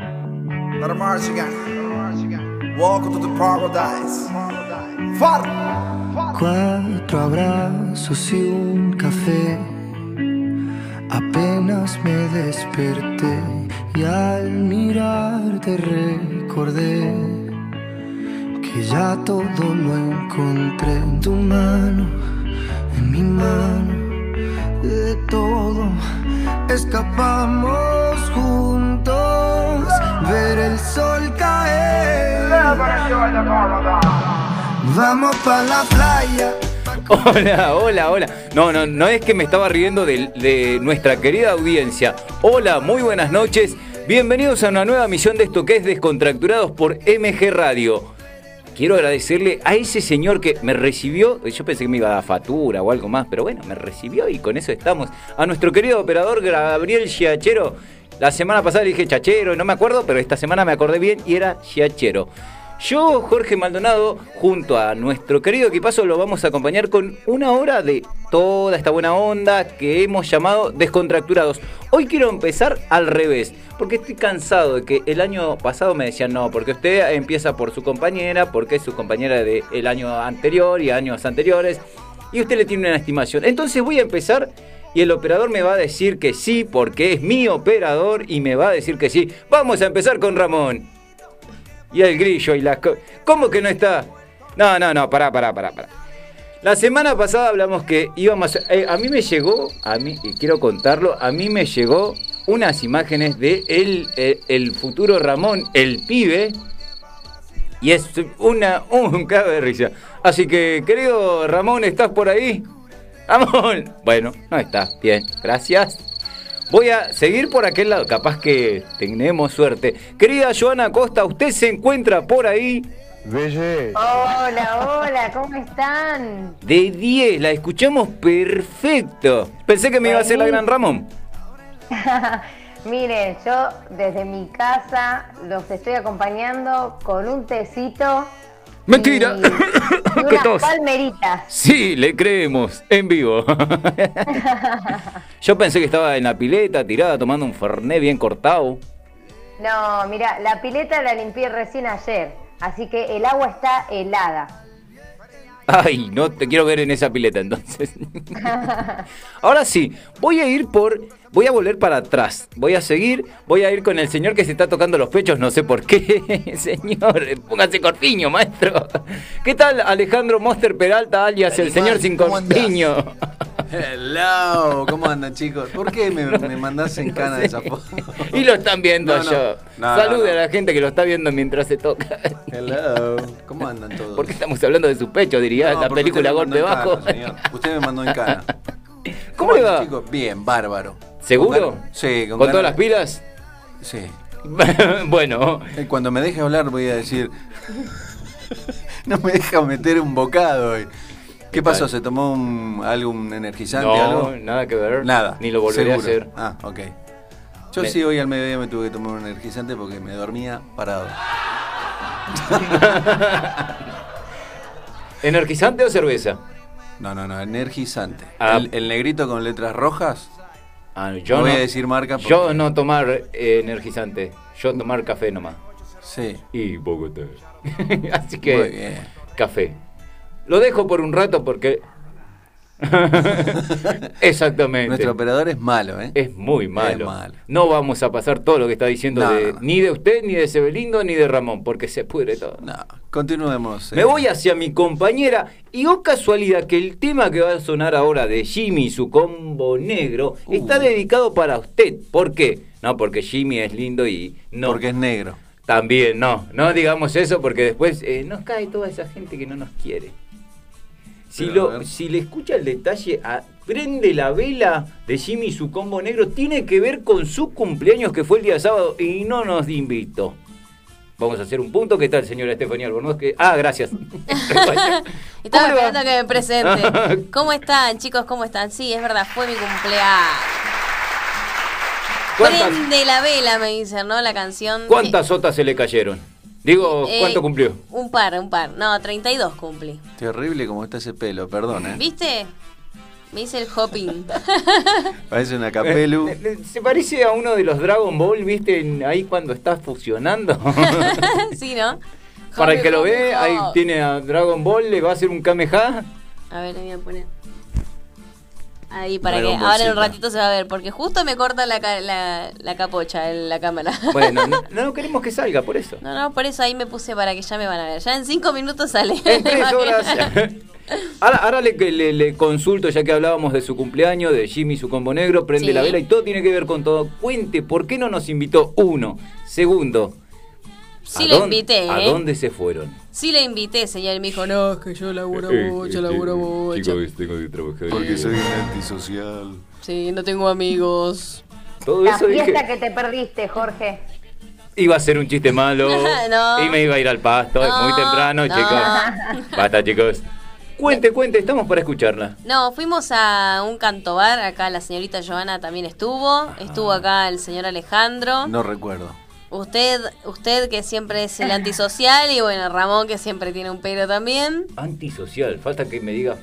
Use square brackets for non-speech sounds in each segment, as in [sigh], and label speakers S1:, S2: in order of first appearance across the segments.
S1: Not a Martigan. Welcome to the paradise. Far.
S2: Cuatro abrazos y un café. Apenas me desperté y al mirarte recordé que ya todo lo encontré en tu mano, en mi mano, de todo escapamos juntos, ver el sol caer. Vamos pa la playa.
S3: [laughs] Hola, hola, hola. No, no, no es que me estaba riendo del- de, nuestra querida audiencia. Hola, muy buenas noches. Bienvenidos a una nueva misión de esto que es Descontracturados por MG Radio. Quiero agradecerle a ese señor que me recibió. Yo pensé que me iba a dar factura o algo más, pero bueno, me recibió y con eso estamos. A nuestro querido operador Gabriel Giachero. La semana pasada le dije Chachero, no me acuerdo, pero esta semana me acordé bien y era Giachero. Yo, Jorge Maldonado, junto a nuestro querido equipazo, lo vamos a acompañar con una hora de toda esta buena onda que hemos llamado Descontracturados. Hoy quiero empezar al revés, porque estoy cansado de que el año pasado me decían no, porque usted empieza por su compañera, porque es su compañera del año anterior y años anteriores, y usted le tiene una estimación. Entonces voy a empezar y el operador me va a decir que sí, porque es mi operador y me va a decir que sí. Vamos a empezar con Ramón. Y el grillo y las co- ¿Cómo que no está? No, no, no, pará, pará, pará, pará. La semana pasada hablamos que íbamos. eh, a mí me llegó, a mí, y quiero contarlo, a mí me llegó unas imágenes de el, eh, el futuro Ramón, el pibe. Y es una, un [laughs] cago de risa. Así que, querido Ramón, ¿estás por ahí? [laughs] Ramón. Bueno, no está. Bien, gracias. Voy a seguir por aquel lado, capaz que tenemos suerte. Querida Joana Costa, ¿usted se encuentra por ahí?
S4: Belle,
S5: Hola, hola, ¿cómo están?
S3: De 10, la escuchamos perfecto. Pensé que me iba a hacer la gran Ramón.
S5: Miren, yo desde mi casa los estoy acompañando con un tecito.
S3: [coughs]
S5: y-
S3: Mentira.
S5: Y,
S3: Qué
S5: unas
S3: tos.
S5: palmeritas.
S3: Sí, le creemos, en vivo. Yo pensé que estaba en la pileta, tirada, tomando un fernet bien cortado.
S5: No, mira, la pileta la limpié recién ayer, así que el agua está helada.
S3: Ay, no te quiero ver en esa pileta entonces. Ahora sí, voy a ir por. Voy a volver para atrás. Voy a seguir. Voy a ir con el señor que se está tocando los pechos, no sé por qué. [laughs] señor, póngase corpiño, maestro. ¿Qué tal Alejandro Monster Peralta, alias el
S6: Animal,
S3: señor sin
S6: ¿cómo andás?
S3: corpiño?
S6: Hello, ¿cómo andan chicos? ¿Por qué me, me mandás en cana de esa forma?
S3: y lo están viendo
S6: No, no.
S3: yo.
S6: No,
S3: Salude
S6: no, no.
S3: a la gente que lo está viendo mientras se toca.
S6: [laughs] Hello, ¿cómo andan todos?
S3: Porque estamos hablando de su pecho, diría
S6: No,
S3: la
S6: porque
S3: película
S6: usted me
S3: Golpe
S6: mandó en
S3: Bajo.
S6: cana, señor. usted me mandó en cana.
S3: [laughs] ¿Cómo le
S6: andan,
S3: va?
S6: chicos? Bien, bárbaro.
S3: ¿Seguro?
S6: ¿Con ganas? Sí,
S3: ¿Con,
S6: con,
S3: todas las
S6: ganas.
S3: pilas?
S6: Sí.
S3: [laughs] bueno,
S6: Eh, Cuando me deje hablar voy a decir. [laughs] no me deja meter un bocado hoy. ¿Qué pasó? ¿Se tomó un, algo, un energizante?
S3: no,
S6: algo?
S3: nada que ver.
S6: Nada.
S3: Ni lo volveré
S6: seguro.
S3: a hacer.
S6: Ah, ok. Yo
S3: Me-
S6: sí hoy al mediodía me tuve que tomar un energizante porque me dormía parado.
S3: ¿Energizante o cerveza?
S6: No, no, no, energizante.
S3: Ah.
S6: El, el negrito con letras rojas.
S3: Ah,
S6: No voy a decir marca porque-
S3: Yo no tomar eh, energizante. Yo tomar café nomás.
S6: Sí.
S3: Y Bogotá. [laughs] Así que,
S6: Muy bien.
S3: café. Lo dejo por un rato
S6: [laughs]
S3: porque. Exactamente.
S6: Nuestro operador es malo, ¿eh?
S3: Este. Es muy malo.
S6: malo.
S3: No vamos a pasar todo lo que está diciendo
S6: No,
S3: de-
S6: no, no.
S3: ni de usted, ni de Sebelindo, ni de Ramón, porque se pudre todo.
S6: No, continuemos. eh.
S3: Me voy hacia mi compañera y oh casualidad que el tema que va a sonar ahora de Jimmy y su combo negro
S6: Uh.
S3: está dedicado para usted. ¿Por qué? No, porque Jimmy es lindo y no.
S6: Porque es negro.
S3: También, no. No digamos eso porque después eh, nos cae toda esa gente que no nos quiere. Si,
S6: Pero, a
S3: lo,
S6: ver.
S3: si le escucha el detalle, a- prende la vela de Jimmy y su combo negro, tiene que ver con su cumpleaños que fue el día sábado y no nos invitó. Vamos a hacer un punto. ¿Qué tal, señora Estefanía Albornoz? Que- Ah,
S7: [laughs]
S3: gracias. [laughs]
S7: Estaba
S3: ¿Cómo le va?
S7: esperando que
S3: [laughs]
S7: me presente. ¿Cómo están, chicos? ¿Cómo están? Sí, es verdad, fue mi cumpleaños.
S3: ¿Cuántas,
S7: Prende la vela, me dicen, ¿no? La canción.
S3: cuántas sotas se le cayeron? Digo,
S7: Eh,
S3: ¿cuánto cumplió?
S7: Un par, un par. No, 32 cumplí.
S6: Terrible como está ese pelo, perdón, ¿eh?
S7: ¿Viste? Me hice el
S3: [laughs]
S7: hopping. [laughs]
S6: Parece una capelu.
S3: Eh, eh, Se parece a uno de los Dragon Ball, ¿viste? En- Ahí cuando estás [laughs] fusionando.
S7: sí, ¿no?
S3: Para el
S7: Hopping,
S3: que lo ve,
S7: hopping,
S3: ahí
S7: hop.
S3: tiene a Dragon Ball, le va a hacer un Kameha.
S7: A ver, le voy a poner. Ahí, para
S6: Dragon
S7: que
S6: Ball
S7: ahora en un
S6: Z.
S7: ratito se va a ver, porque justo me corta la, ca- la, la capocha en la cámara.
S3: Bueno, no, no queremos que salga, por eso.
S7: No, no, por eso ahí me puse para que ya me van a ver. Ya en cinco minutos
S3: [laughs]
S7: sale.
S3: En
S7: la
S3: tres
S7: [laughs] imagen.
S3: horas. Ahora, ahora le, le- le consulto, ya que hablábamos de su cumpleaños, de Jimmy y su combo negro, prende
S7: Sí.
S3: la vela y todo tiene que ver con todo. Cuente, ¿por qué no nos invitó? Uno. Segundo.
S7: Sí
S3: ¿a
S7: lo
S3: dónde-
S7: invité,
S3: ¿A
S7: ¿eh?
S3: dónde se fueron?
S7: Sí le invité, señor. Y me dijo, no, es que yo laburo
S3: Eh,
S7: mucho, laburo mucho.
S3: tengo que trabajar.
S6: Porque soy un antisocial.
S7: Sí, no tengo amigos.
S3: Todo
S5: La
S3: eso dije,
S5: fiesta que te perdiste, Jorge.
S3: iba a ser un chiste malo
S7: [laughs] No.
S3: y me iba a ir al pasto. es muy
S7: No,
S3: temprano,
S7: no.
S3: chicos. Basta, chicos. Cuente, cuente, estamos para escucharla.
S7: No, fuimos a un cantobar. Acá la señorita Joana también estuvo. Estuvo
S3: Ah.
S7: acá el señor Alejandro.
S6: No recuerdo.
S7: Usted, usted que siempre es el antisocial. Y bueno, Ramón que siempre tiene un pelo también.
S3: Antisocial, falta que me diga.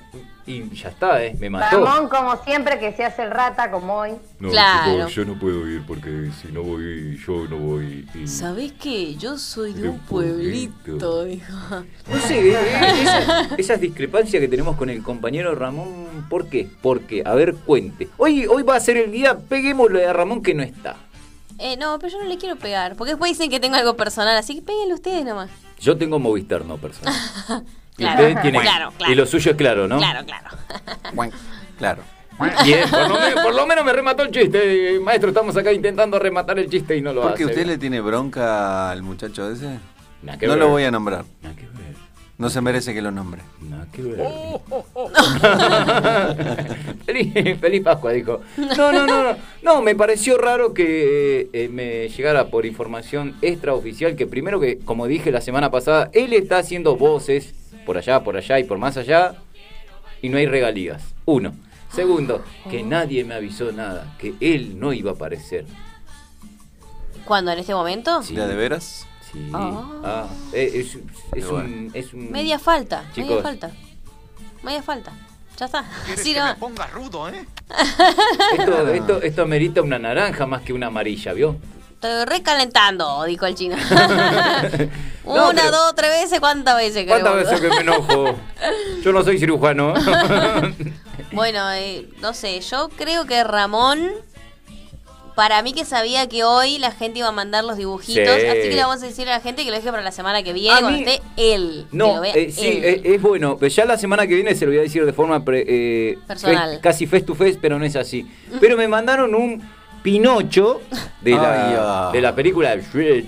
S3: Y ya está, ¿eh? Me mató.
S5: Ramón, como siempre, que se hace el rata como hoy.
S4: No,
S7: Claro.
S4: chicos, yo no puedo ir porque si no voy, yo no voy. y-
S7: ¿Sabés qué? Yo soy de
S4: De
S7: un
S4: pueblito.
S7: pueblito, dijo.
S3: No sé, eh, eh, esa- esas discrepancias que tenemos con el compañero Ramón, ¿por qué? Porque, a ver, cuente. Hoy, hoy va a ser el día, peguémosle a Ramón que no está.
S7: Eh, no, pero yo no le quiero pegar. Porque después dicen que tengo algo personal. Así que péguenle ustedes nomás.
S3: Yo tengo Movistar, no
S7: [laughs]
S3: personal. Y
S7: Claro,
S3: ustedes tienen-
S7: claro, claro.
S3: Y lo suyo es claro, ¿no?
S7: Claro, claro. [laughs]
S6: Claro.
S3: Bien, eh, por lo, menos, por lo menos me remató el chiste, eh, maestro. Estamos acá intentando rematar el chiste y no lo
S6: ¿Por
S3: hace. Ah,
S6: qué usted le tiene bronca al muchacho ese?
S3: Nada que
S6: No
S3: ver.
S6: lo voy a nombrar.
S3: Nada que ver.
S6: No se merece que lo nombre.
S3: Nada que ver. [laughs] feliz, feliz Pascua, dijo. No, no, no, no. No, me pareció raro que eh, me llegara por información extraoficial que primero que, como dije la semana pasada, él está haciendo voces por allá, por allá y por más allá y no hay regalías. Uno. Segundo, que nadie me avisó nada, que él no iba a aparecer.
S7: ¿Cuándo? ¿En este momento?
S3: Sí.
S6: ¿Ya de veras?
S3: Sí.
S7: Ah.
S3: Ah, eh, es, es
S6: Bueno.
S3: un, es un-
S7: Media falta, media
S3: Chicos.
S7: falta. Media falta. Ya está. Así no.
S8: ponga rudo, ¿eh?
S3: Esto, esto, esto amerita una naranja más que una amarilla, ¿vio?
S7: Estoy recalentando, dijo el chino.
S3: [laughs]
S7: [laughs]
S3: No,
S7: Una,
S3: pero-
S7: dos, tres veces, ¿cuántas veces
S3: ¿Cuántas
S7: queremos?
S3: veces que me
S7: [laughs]
S3: enojo? Yo no soy cirujano.
S7: Bueno, eh, no sé, yo creo que Ramón, para mí que sabía que hoy la gente iba a mandar los dibujitos,
S3: Sí.
S7: así que le vamos a decir a la gente que lo deje para la semana que viene,
S3: A
S7: cuando
S3: mí-
S7: esté él. que lo
S3: No,
S7: vea
S3: eh, sí,
S7: él.
S3: eh, es bueno. Pero ya la semana que viene se lo voy a decir de forma pre- eh,
S7: Personal.
S3: fe- casi face to face, pero no es así. Pero me mandaron un Pinocho de la,
S6: Ay, ah.
S3: de la película Shrek,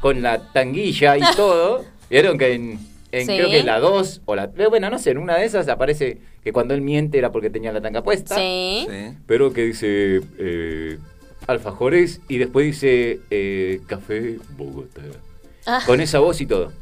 S3: con la
S7: [laughs]
S3: tanguilla y todo. Vieron que en, en
S7: Sí.
S3: creo que la 2 o la eh, bueno, no sé, en una de esas aparece que cuando él miente era porque tenía la tanga puesta.
S7: Sí.
S6: Sí.
S4: Pero que dice eh,
S3: Alfajores y después dice eh, Café Bogotá.
S7: Ah,
S3: Con esa voz y todo.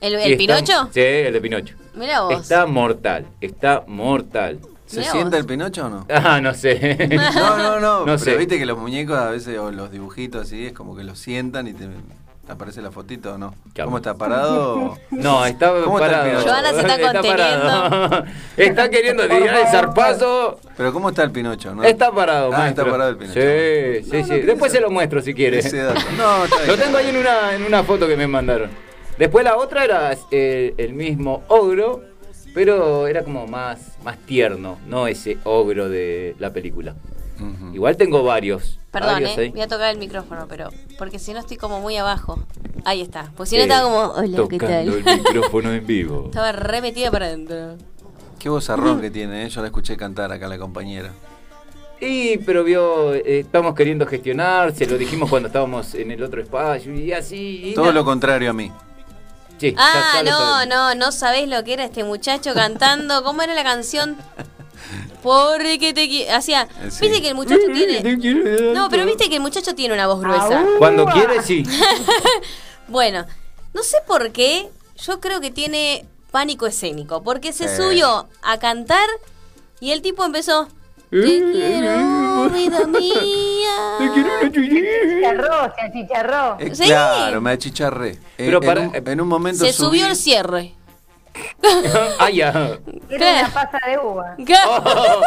S7: ¿El,
S3: Y
S7: el
S3: está-
S7: Pinocho?
S3: Sí, el de Pinocho.
S7: Mira vos.
S3: Está mortal, está mortal.
S6: ¿Se
S7: Mirá
S6: sienta
S7: vos.
S6: el pinocho o no?
S3: Ah, no
S7: [laughs]
S3: sé.
S6: [laughs] No, no,
S3: [laughs]
S6: no.
S3: No
S6: pero
S3: sé.
S6: viste que los muñecos a veces, o los dibujitos así, es como que los sientan y te, te aparece la fotito o no.
S3: Claro.
S6: ¿Cómo está parado?
S3: No, está
S6: ¿Cómo está el
S3: parado.
S6: Pinocho?
S7: Joana se está
S3: parado. [laughs] está queriendo tirar el zarpazo.
S6: Pero ¿cómo está el pinocho? no?
S3: Está parado,
S6: Ah,
S3: maestro.
S6: está parado el pinocho.
S3: Sí, sí, sí. Después se lo muestro si quiere.
S6: Ese dato. No, está
S3: Lo
S6: bien.
S3: tengo ahí en una, en una foto que me mandaron. Después la otra era eh, el mismo ogro, pero era como más, más tierno, no ese ogro de la película.
S6: Ujú.
S3: Igual tengo varios.
S7: Perdón,
S3: varios
S7: eh,
S3: ahí.
S7: voy a tocar el micrófono, pero porque si no estoy como muy abajo. Ahí está. Pues si no
S3: Eh,
S7: estaba como, hola, ¿qué
S4: tocando el
S7: tal?
S4: micrófono en vivo.
S7: [laughs] Estaba re metida para adentro.
S6: Qué vozarrón que tiene, ¿eh? yo la escuché cantar acá a la compañera.
S3: Y, pero vio, eh, estamos queriendo gestionar, se lo dijimos cuando estábamos en el otro espacio y así. y
S6: Todo
S3: na-
S6: lo contrario a mí.
S3: Sí, ya-
S7: Ah,
S3: ya lo
S7: no,
S3: sabemos.
S7: no, no sabés lo que era este muchacho cantando. ¿Cómo era la canción? Porque te qui- Hacía.
S6: Eh, sí.
S7: Viste que el muchacho tiene. No, pero viste que el muchacho tiene una voz
S5: Ah,
S7: gruesa.
S3: Cuando quiere, sí.
S7: Bueno, no sé por qué. Yo creo que tiene pánico escénico. Porque se
S6: Eh.
S7: subió a cantar y el tipo empezó. Te
S5: Eh,
S7: quiero,
S5: [laughs]
S7: vida mía. [laughs]
S5: Se achicharró, se achicharró.
S6: Eh,
S7: Sí.
S6: Claro, me achicharré. Eh,
S3: Pero
S6: en,
S3: para-
S6: un, en un momento [laughs]
S7: Se
S6: subí-
S7: subió el cierre.
S3: ¡Ay, ya!
S5: Era una pasta de uva.
S3: Oh,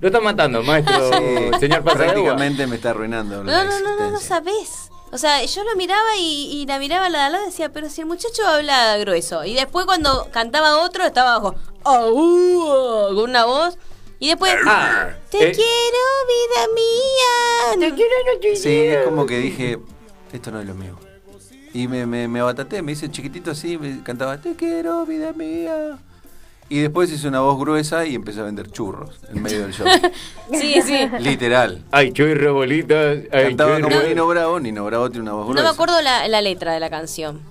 S3: lo están matando, maestro. Señor pasa de uva.
S6: prácticamente me está arruinando. la
S7: No, no, no, no, no
S6: existencia.
S7: sabés. O sea, yo lo miraba y, y la miraba a la de al lado y decía, pero si el muchacho habla grueso. Y después cuando cantaba otro estaba abajo, "Aú", con una voz. Y después,
S3: Ah,
S7: te
S3: eh.
S7: quiero, vida mía. Te quiero,
S6: Sí, es como que dije, esto no es lo mío. Y me, me, me abataté, me hice chiquitito así, me cantaba, te quiero, vida mía. Y después hice una voz gruesa y empecé a vender churros en medio del show.
S7: Sí,
S3: [laughs]
S7: sí.
S6: Literal.
S3: Ay, churro, bolitas. Ay,
S6: Cantaba como
S3: churro.
S6: Nino Bravo, Nino Bravo tiene una voz gruesa.
S7: No me acuerdo la, la letra de la canción.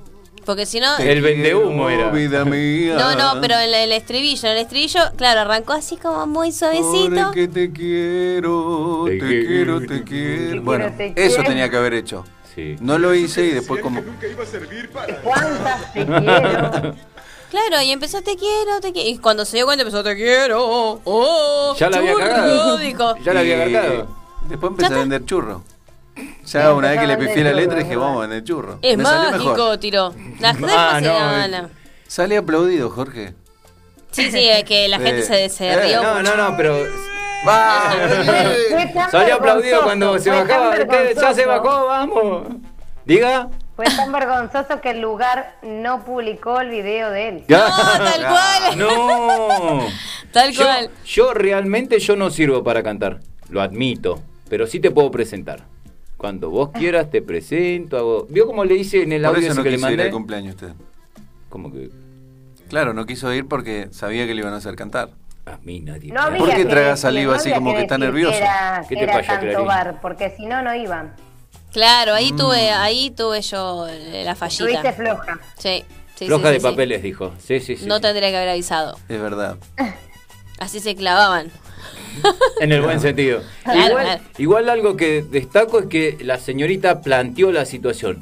S7: Porque si no...
S3: El vendehumo era. [laughs]
S6: Vida mía.
S7: No, no, pero el, el estribillo, el estribillo, claro, arrancó así como muy suavecito.
S6: que te quiero, te,
S4: Te
S6: quiero,
S4: quiero,
S6: te
S4: te
S6: quiero.
S5: quiero,
S6: Bueno,
S5: te
S6: eso
S5: quiero.
S6: tenía que haber hecho.
S4: Sí.
S6: No lo hice y después como...
S5: ¿Cuántas
S3: [laughs]
S5: te quiero?
S7: Claro, y empezó te quiero, te quiero. Y cuando se dio cuenta empezó te quiero, oh,
S3: Ya la había
S7: churro",
S3: cagado.
S7: dijo.
S3: [laughs] Ya la había
S6: Y
S3: agarrado.
S6: Después empecé a vender churro. Ya
S5: Ya
S6: una vez que le
S5: empezó a
S6: pifié la
S5: vender
S6: letra
S5: churro,
S6: dije,
S5: ¿verdad?
S6: vamos a vender churro.
S7: Es
S6: Me salió mejor.
S7: mágico, tiró. La gente
S3: Ah,
S7: se
S3: no,
S7: la-
S3: eh.
S7: la-
S6: Sale aplaudido, Jorge.
S7: Sí, sí, es que
S3: [laughs]
S7: la
S6: Sí.
S7: gente se, se
S6: Eh,
S7: rió.
S3: No, no, no, pero.
S7: Ah,
S5: Fue tan
S3: Salió aplaudido
S5: vergonzoso,
S3: cuando se
S5: fue tan
S3: bajaba. Ustedes ya se
S5: vergonzoso,
S3: bajó, vamos. Diga.
S5: Fue tan vergonzoso que el lugar no publicó el video de él.
S7: No, tal cual.
S3: No.
S7: Tal
S3: Yo-
S7: cual.
S3: Yo, realmente yo no sirvo para cantar, lo admito, pero sí te puedo presentar. Cuando vos quieras te presento, hago... ¿Vio cómo le hice en el
S6: Por
S3: audio
S6: eso
S3: ese
S6: no
S3: que le
S6: quiso ir
S3: mandé?
S6: al cumpleaños usted.
S3: Como que
S6: Claro, no quiso ir porque sabía que le iban a hacer cantar.
S3: a mí nadie...
S5: No
S3: me-
S5: había
S6: ¿Por qué
S5: que
S6: traga
S5: decir,
S6: saliva
S5: no
S6: así
S5: había
S6: como que está
S5: decir
S6: nervioso?
S5: Era,
S3: ¿Qué te
S5: era
S3: pasa,
S5: tanto
S3: Clarín?
S5: bar, porque si no, no iban.
S7: Claro, ahí
S3: Mm.
S7: tuve, ahí tuve yo eh, la
S5: Tuviste
S7: fallita.
S5: floja.
S7: Sí, sí,
S3: Floja
S7: sí,
S3: de
S7: sí, sí.
S3: papeles, dijo. Sí, sí, sí.
S7: No tendría que haber avisado.
S6: Es verdad.
S7: Así se clavaban.
S3: En el buen sentido.
S7: Claro,
S3: Igual,
S7: claro.
S3: igual algo que destaco es que la señorita planteó la situación.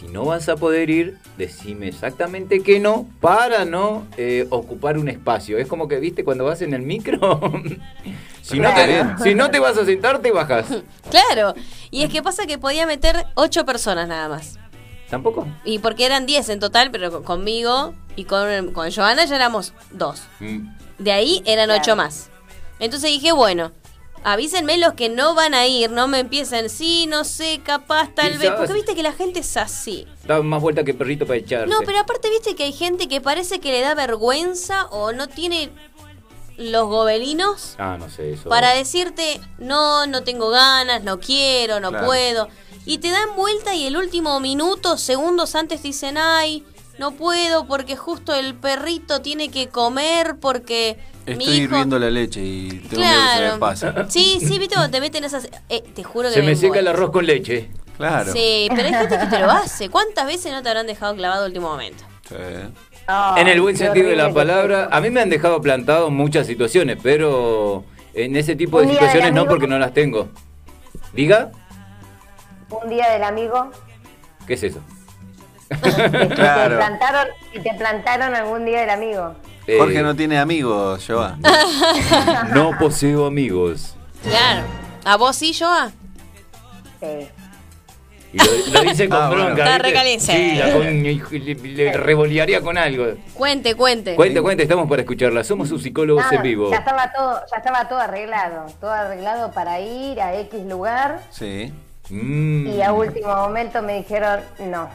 S3: Si no vas a poder ir, decime exactamente que no para no eh, ocupar un espacio. Es como que, viste, cuando vas en el micro, [laughs] si, no te,
S6: Claro.
S3: si no te vas a sentar, te bajas.
S7: Claro. Y es que pasa que podía meter ocho personas nada más.
S3: ¿Tampoco?
S7: Y porque eran 10 en total, pero con- conmigo y con, con Joana ya éramos dos.
S3: Mm,
S7: De ahí eran
S5: Claro.
S7: ocho más. Entonces dije, bueno, avísenme los que no van a ir, no me empiecen, sí, no sé, capaz, tal vez.
S3: Quizás.
S7: Porque viste que la gente es así.
S3: Da más vuelta que perrito para echarse.
S7: No, pero aparte viste que hay gente que parece que le da vergüenza o no tiene los gobelinos
S3: Ah, no sé, eso.
S7: para decirte, no, no tengo ganas, no quiero, no
S6: Claro.
S7: puedo. Y te dan vuelta y el último minuto, segundos antes dicen, ay, no puedo porque justo el perrito tiene que comer porque mi
S6: Estoy
S7: hijo...
S6: hirviendo la leche y tengo miedo que se
S7: Claro.
S6: me pase.
S7: Sí, sí, viste cuando te meten esas. Eh, te juro que
S3: Se me seca
S7: envuelve.
S3: el arroz con leche.
S6: Claro.
S7: Sí, pero hay gente que te lo hace. ¿Cuántas veces no te habrán dejado clavado al último momento?
S6: Sí.
S3: Eh.
S5: Ay,
S3: En el buen
S5: qué
S3: sentido de la
S5: horrible.
S3: palabra, a mí me han dejado plantado en muchas situaciones, pero en ese tipo de
S5: Un día del
S3: situaciones no
S5: amigo.
S3: porque no las tengo. Diga,
S5: Un día
S3: [laughs]
S5: del amigo.
S3: ¿qué es eso?
S5: que te
S6: Claro.
S5: plantaron, que te plantaron algún día del amigo.
S3: Eh,
S6: Jorge no tiene amigos,
S7: [laughs]
S6: Joa.
S3: no poseo amigos.
S7: Claro. ¿A vos sí, Joa?
S5: Sí.
S3: Y lo, lo
S6: [laughs]
S3: dice con
S6: Ah, bueno.
S3: bronca.
S7: Está
S3: ¿viste?
S7: recaliente.
S3: Sí, la con- le, le revolearía con algo.
S7: Cuente, cuente.
S3: Cuente, cuente, estamos para escucharla. Somos sus psicólogos
S5: Nada,
S3: en vivo.
S5: Ya estaba todo, ya estaba todo arreglado, todo arreglado para ir a X lugar
S6: Sí.
S3: Mm.
S5: y a último momento me dijeron no,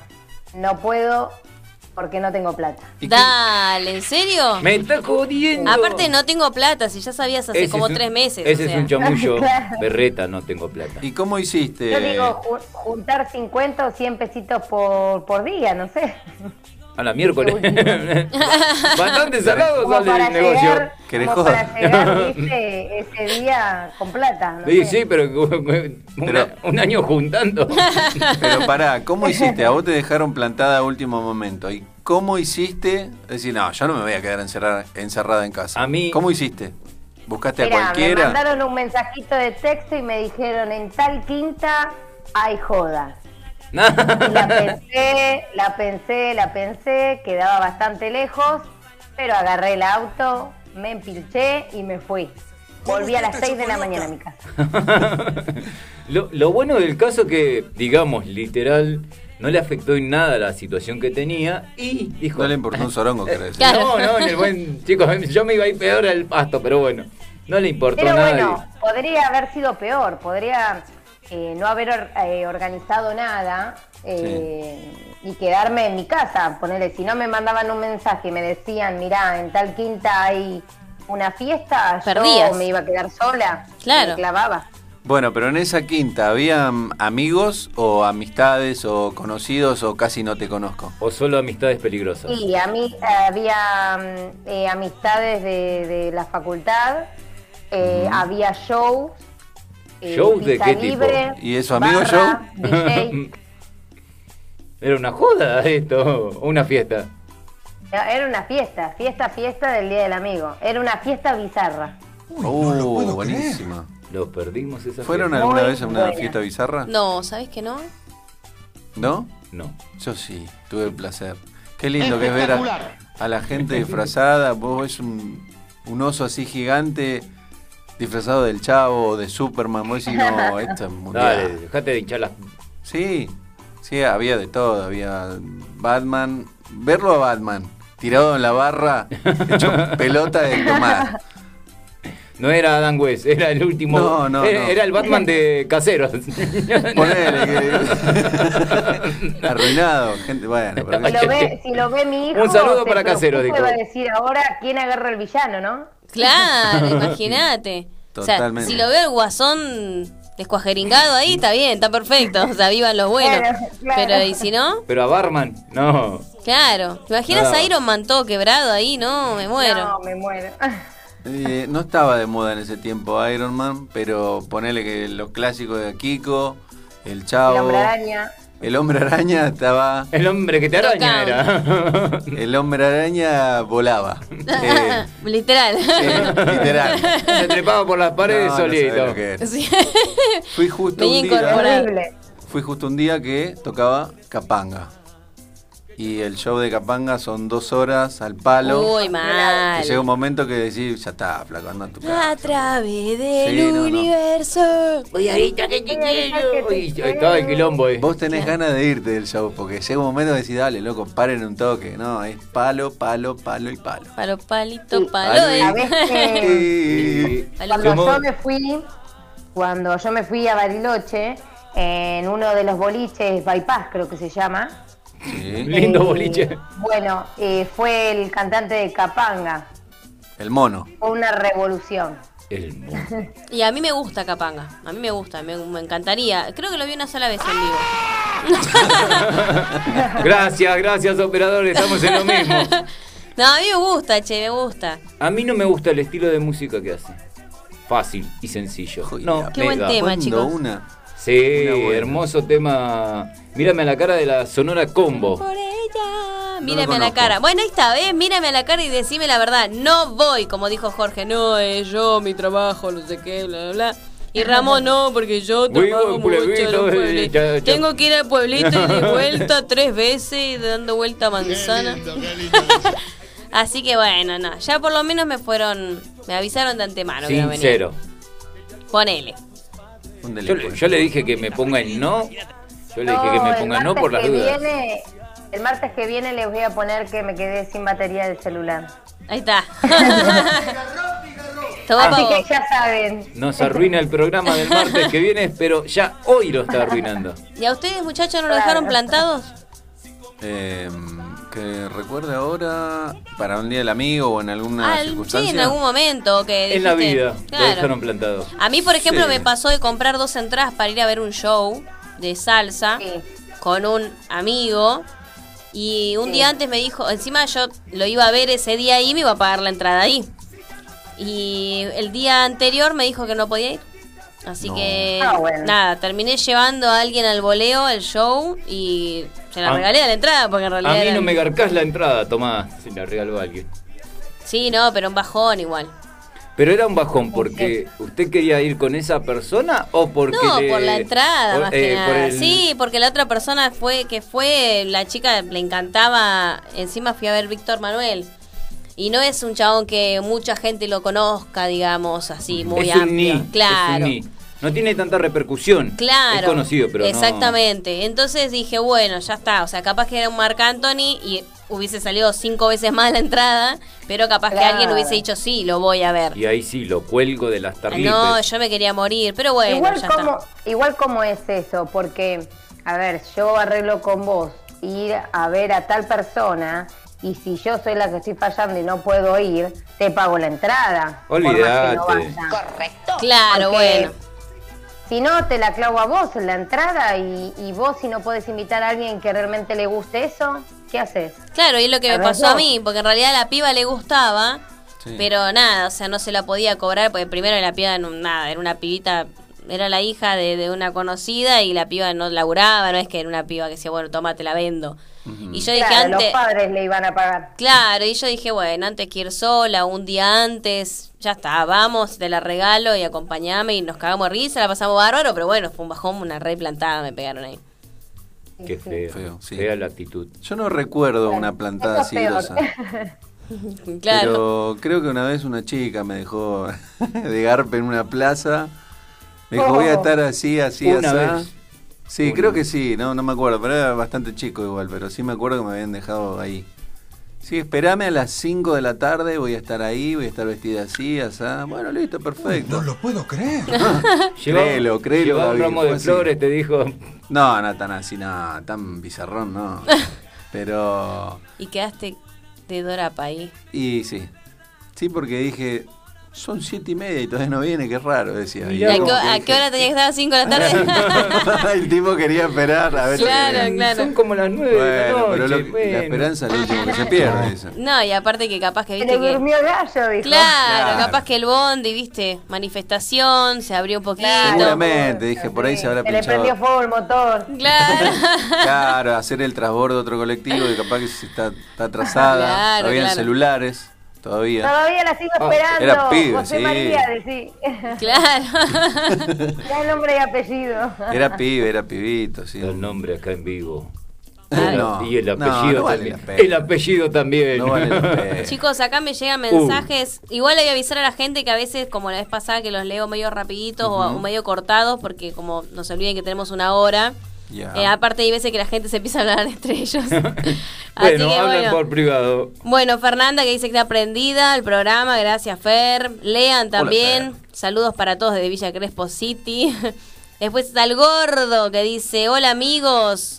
S5: no puedo porque no tengo plata.
S6: ¿Y
S7: Dale, ¿en serio?
S3: Me está jodiendo.
S7: Aparte, no tengo plata, si ya sabías hace
S3: Ese
S7: como
S3: es un-
S7: tres meses.
S3: Ese
S7: o
S3: es
S7: sea.
S3: un
S5: [laughs]
S3: chamullo.
S5: Claro.
S3: Berreta, no tengo plata.
S6: ¿Y cómo hiciste?
S5: Yo
S3: Eh.
S5: digo ju- juntar 50 o 100 pesitos por, por día, no sé.
S3: A la miércoles. [laughs] Bastante salado
S5: Como
S3: sale
S5: para
S3: el negocio.
S5: llegar,
S6: ¿Querés
S5: como para
S6: joder?
S5: llegar viste, ese día con plata. no
S3: Sí,
S5: sé.
S3: sí, pero [laughs] un- un año
S5: [laughs]
S3: juntando.
S6: Pero pará, ¿cómo hiciste? A vos te dejaron plantada a último momento. ¿Y cómo hiciste? Decir, no, yo no me voy a quedar encerrada, encerrada en casa.
S3: A mí-
S6: ¿Cómo hiciste? ¿Buscaste
S5: Mirá,
S6: a
S5: Me
S6: cualquiera?
S5: mandaron un mensajito de texto y me dijeron en tal quinta hay joda. Y la
S3: [laughs]
S5: pensé, la pensé, la pensé, quedaba bastante lejos, pero agarré el auto, me empilché y me fui. Volví a las 6 de la mañana a mi casa.
S3: lo, lo bueno del caso que, digamos, literal, no le afectó en nada la situación que tenía y dijo... eh,
S6: No le importó un sorongo, querés decir.
S3: No,
S7: Claro.
S3: no, en el buen... Chicos, yo me iba a ir peor al pasto, pero bueno, no le importó
S5: Pero
S3: nada.
S5: bueno, podría haber sido peor, podría eh, no haber or- eh, organizado nada eh, y quedarme en mi casa. Ponele, si no me mandaban un mensaje y me decían, mirá, en tal quinta hay una fiesta,
S7: Perdías.
S5: yo me iba a quedar sola.
S7: Claro.
S5: Me clavaba.
S6: Bueno, pero en esa quinta, ¿habían amigos o amistades o conocidos o casi no te conozco?
S3: O solo amistades peligrosas.
S5: Sí, a mí eh, había mm, eh, amistades de, de la facultad, eh, había shows. eh,
S3: ¿Shows de
S5: pizza
S3: qué tipo?
S5: libre,
S6: ¿Y eso,
S5: [laughs]
S6: amigo,
S5: barra, DJ.
S3: [laughs] Era una joda esto, o una fiesta.
S5: Era una fiesta, fiesta, fiesta del Día del Amigo. Era una fiesta bizarra.
S1: Uy,
S6: oh,
S1: no lo puedo creer.
S6: buenísima.
S3: Lo perdimos esa
S6: ¿Fueron
S3: fiesta.
S6: alguna
S5: Muy
S6: vez a una
S5: buena.
S6: fiesta bizarra?
S7: No, ¿sabes que no?
S6: ¿No?
S3: No.
S6: Yo sí, tuve el placer. Qué lindo que es ver a, a la gente disfrazada. Vos ves un, un oso así gigante disfrazado del chavo, de Superman. Vos decís, no, esto es mundial.
S3: Dale, dejate de hinchar las...
S6: Sí, sí, había de todo. Había Batman. Verlo a Batman tirado en la barra, hecho pelota de tomar.
S3: No era Adam West, era el último.
S6: No, no,
S3: era,
S6: no.
S3: era el Batman de caseros.
S6: [laughs] Ponele que. [laughs] Arruinado, gente. Bueno, pero
S5: Si
S6: qué-
S5: lo ve, si lo ve mi hijo,
S3: Un saludo
S5: se
S3: para Casero,
S5: preocupa y
S3: dijo.
S5: va a decir ahora quién agarra el villano, ¿no?
S3: [laughs]
S7: Claro, imagínate. O sea,
S6: Totalmente.
S7: si lo veo el guasón descuajeringado ahí, está bien, está perfecto. O sea, vivan los buenos.
S5: Claro, claro.
S7: Pero, ¿y si no?
S3: Pero a Barman, no.
S7: Claro. ¿Te imaginas
S3: No.
S7: a Iron Man todo quebrado ahí? No, me
S5: No,
S7: muero.
S5: me muero. [laughs]
S6: Eh, no estaba de moda en ese tiempo Iron Man, pero ponele que los clásicos de Kiko, el
S5: El
S6: Chavo,
S5: hombre araña.
S6: el hombre araña estaba,
S3: El hombre que te
S7: Pero
S3: araña era.
S6: el hombre araña volaba, Eh,
S7: [laughs] Literal.
S6: eh, [laughs] literal.
S3: Se trepaba por las paredes
S6: No, no
S3: solito.
S6: sabés lo que es.
S7: Sí.
S6: Fui justo
S7: Venía
S6: un día,
S7: incorporado.
S5: Horrible.
S6: fui justo un día que tocaba Capanga y el show de Capanga son dos horas al palo.
S7: Uy, mal.
S6: Y llega un momento que decís, ya está, flaco, anda a tu
S7: A
S6: casa.
S7: través del
S6: Sí, no, no.
S7: universo.
S3: Uy, ahorita que te
S5: quiero.
S3: Uy, ahí estaba el quilombo, eh.
S6: Vos tenés ganas de irte del show, porque llega un momento de decir, dale, loco, paren un toque. No, es palo, palo, palo y palo.
S7: Palo, palito,
S5: Sí.
S7: palo.
S6: Ay,
S7: eh.
S5: ¿Sabés que
S6: [laughs] Y-
S7: Palo,
S5: cuando
S6: Somos-
S5: yo me fui, cuando yo me fui a Bariloche, en uno de los boliches Bypass, creo que se llama.
S6: Sí,
S3: Lindo
S5: eh,
S3: boliche.
S5: Bueno, eh, fue el cantante de Capanga.
S6: el mono.
S5: Fue una revolución.
S3: El mundo.
S7: Y a mí me gusta Capanga. A mí me gusta, me, me encantaría. Creo que lo vi una sola vez en vivo.
S3: [laughs] Gracias, gracias, operador. Estamos en lo mismo.
S7: [laughs] No, a mí me gusta, che, me gusta.
S3: A mí no me gusta el estilo de música que hace. Fácil y sencillo.
S6: Joder,
S3: No,
S7: Qué
S3: me
S7: buen
S3: da.
S7: tema.
S6: ¿Cuándo
S7: chicos.
S6: una.
S3: Sí,
S6: Una buena.
S3: hermoso tema. Mírame a la cara de la Sonora Combo.
S7: Por ella.
S6: No
S7: Mírame
S6: lo
S7: a la
S6: conozco.
S7: cara. Bueno, ahí está, ¿ves? Mírame a la cara y decime la verdad. No voy, como dijo Jorge. No, es yo, mi trabajo, no sé qué, bla, bla, bla. Y Ramón, no, porque yo
S3: Vivo en
S7: trabajo mucho
S3: pueblito,
S7: en un
S3: eh,
S7: pueblito.
S3: ya, ya.
S7: Tengo que ir al pueblito y
S3: [laughs]
S7: de vuelta tres veces, dando vuelta a manzana. [laughs] Así que bueno, no. Ya por lo menos me fueron. Me avisaron de antemano que iba a venir.
S3: Sincero.
S7: Ponele.
S6: Un
S3: Yo, le- yo le dije que me ponga el no. Yo le dije que me
S5: el
S3: ponga no
S5: martes
S3: por las
S5: que
S3: dudas.
S5: viene- el martes que viene les voy a poner que me quedé sin batería del celular.
S3: [laughs]
S7: Ahí está. [laughs]
S3: Ah.
S7: Toma pa'
S5: Así que
S7: vos.
S5: ya saben.
S3: Nos arruina el programa del martes que viene, pero ya hoy lo está arruinando.
S7: ¿Y a ustedes, muchachos, no lo dejaron plantados?
S6: Eh, que recuerde ahora, para un día del amigo o en alguna
S7: Al- sí,
S6: circunstancia.
S7: en algún momento que
S3: En la
S7: dijiste,
S3: vida
S7: claro.
S3: lo dejaron plantado.
S7: A mí, por ejemplo,
S6: Sí.
S7: me pasó de comprar dos entradas para ir a ver un show de salsa
S5: Sí.
S7: con un amigo. Y un
S5: Sí.
S7: día antes me dijo, encima yo lo iba a ver ese día ahí, me iba a pagar la entrada ahí. Y el día anterior me dijo que no podía ir. Así
S6: No.
S7: que
S5: Ah, bueno.
S7: nada, terminé llevando a alguien al voleo, al show, y se la
S3: A-
S7: regalé a la entrada, porque en realidad...
S3: Ah. A mí
S7: era-
S3: no me garcás la entrada, Tomás, si la regaló a alguien.
S7: Sí, no, pero un bajón igual.
S3: Pero era un bajón porque usted quería ir con esa persona o porque
S7: No,
S3: le-
S7: por la entrada,
S3: o-
S7: más
S3: eh,
S7: que
S3: por
S7: nada.
S3: el-
S7: Sí, porque la otra persona fue que fue, la chica le encantaba. Encima fui a ver Víctor Manuel. Y no es un chabón que mucha gente lo conozca, digamos, así, muy
S3: Es un
S7: amplio.
S3: ni, es
S7: claro.
S3: un ni. no tiene tanta repercusión.
S7: Claro.
S3: Es conocido, pero no-
S7: Exactamente. Entonces dije, bueno, ya está. O sea, capaz que era un Marc Anthony y hubiese salido cinco veces más la entrada, pero capaz que
S5: Claro.
S7: alguien hubiese dicho, sí, lo voy a ver.
S3: Y ahí sí, lo cuelgo de las tarlites.
S7: No, yo me quería morir, pero bueno,
S5: igual,
S7: ya
S5: como,
S7: está.
S5: igual como es eso, porque, a ver, yo arreglo con vos ir a ver a tal persona y si yo soy la que estoy fallando y no puedo ir, te pago la entrada. por más que no
S3: Olvídate.
S5: vaya.
S7: Claro,
S5: Porque
S7: bueno.
S5: Si no, te la clavo a vos en la entrada y, y vos si no podés invitar a alguien que realmente le guste eso, ¿qué haces?
S7: Claro, y es lo que
S5: A
S7: me
S5: ver,
S7: pasó a
S5: vos.
S7: mí, porque en realidad a la piba le gustaba,
S6: Sí.
S7: pero nada, o sea, no se la podía cobrar, porque primero la piba, no- nada, era una pibita, era la hija de, de una conocida y la piba no laburaba, no es que era una piba que decía, bueno, toma, te la vendo. Y yo dije
S5: Claro, los
S7: antes...
S5: padres le iban a pagar.
S7: Claro, y yo dije, bueno, antes que ir sola, un día antes, ya está, vamos, te la regalo y acompañame y nos cagamos de risa, la pasamos bárbaro, pero bueno, fue un bajón, una re plantada me pegaron ahí. [laughs]
S3: Qué feo.
S6: Feo, sí.
S3: Fea la actitud.
S6: Yo no recuerdo una plantada
S5: Eso es
S6: así
S5: peor.
S6: grosa.
S7: Claro.
S6: Pero creo que una vez una chica me dejó [laughs] de garpe en una plaza. Me dijo, voy a estar así, así,
S3: Una
S6: asá".
S3: vez.
S6: Sí,
S3: Una.
S6: creo que sí, no, no me acuerdo, pero era bastante chico igual, pero sí me acuerdo que me habían dejado ahí. Sí, esperame a las 5 de la tarde, voy a estar ahí, voy a estar vestida así, asá. Bueno, listo, perfecto.
S2: lo puedo creer.
S3: Llevaba-
S6: Créelo, créelo,
S3: llevaba un
S6: David,
S3: ramo
S6: fue
S3: de
S6: así.
S3: flores, te dijo.
S6: No, no tan así, no, tan bizarrón, no. Pero...
S7: Y quedaste de Dorapa ahí.
S6: Y sí. Sí, porque dije, son siete y media y todavía no viene, qué raro, decía.
S7: ¿Y
S3: Mirá
S7: a,
S6: Y
S7: qué,
S6: como
S7: a
S6: que
S7: qué hora tenía que estar? ¿A las 5 de la tarde?
S6: dije- [laughs] El tipo quería esperar a ver si
S7: Claro,
S6: venía.
S7: claro.
S3: Son como las nueve de la
S6: Bueno,
S3: noche.
S6: pero lo-
S3: bueno.
S6: la esperanza es lo último que se pierde, eso.
S7: [laughs] no, y aparte que capaz que
S5: Se le
S7: viste que...
S5: durmió el gallo, dijo.
S7: Claro,
S6: Claro.
S7: capaz que el bondi, viste, manifestación, se abrió un poquito.
S5: Claro.
S6: Seguramente, dije, por ahí se habrá
S5: Se le
S6: pinchado.
S5: prendió fuego el motor.
S7: Claro.
S6: Claro, hacer el trasbordo de otro colectivo que capaz que se está, está atrasada.
S7: Claro,
S6: todavía en
S7: claro.
S6: celulares,
S7: [laughs]
S6: todavía.
S5: Todavía la sigo
S3: Ah,
S5: esperando.
S6: era pibe,
S5: José
S6: sí.
S5: María, decí.
S7: [laughs] claro.
S5: Ya el nombre y apellido.
S6: Era pibe, era pibito, sí.
S3: El nombre acá en vivo.
S6: Ah, No,
S3: y el
S6: no, no
S3: apellido
S6: vale
S3: también.
S6: la pena.
S3: el apellido también.
S6: No vale la
S7: [laughs]
S6: pena.
S7: [laughs] Chicos, acá me llegan mensajes. Igual hay que avisar a la gente que a veces, como la vez pasada, que los leo medio rapiditos o- o, medio cortados, porque como nos olviden que tenemos una hora.
S6: Ya.
S7: Eh, aparte hay veces que la gente se empieza a hablar [laughs] entre
S3: [laughs]
S7: ellos. Así que
S3: bueno, hablan
S7: bueno.
S3: por privado.
S7: Bueno, Fernanda que dice que está aprendida el programa, gracias Fer. Lean también, saludos para todos desde Villa Crespo City. [laughs] Después está el gordo que dice, hola amigos.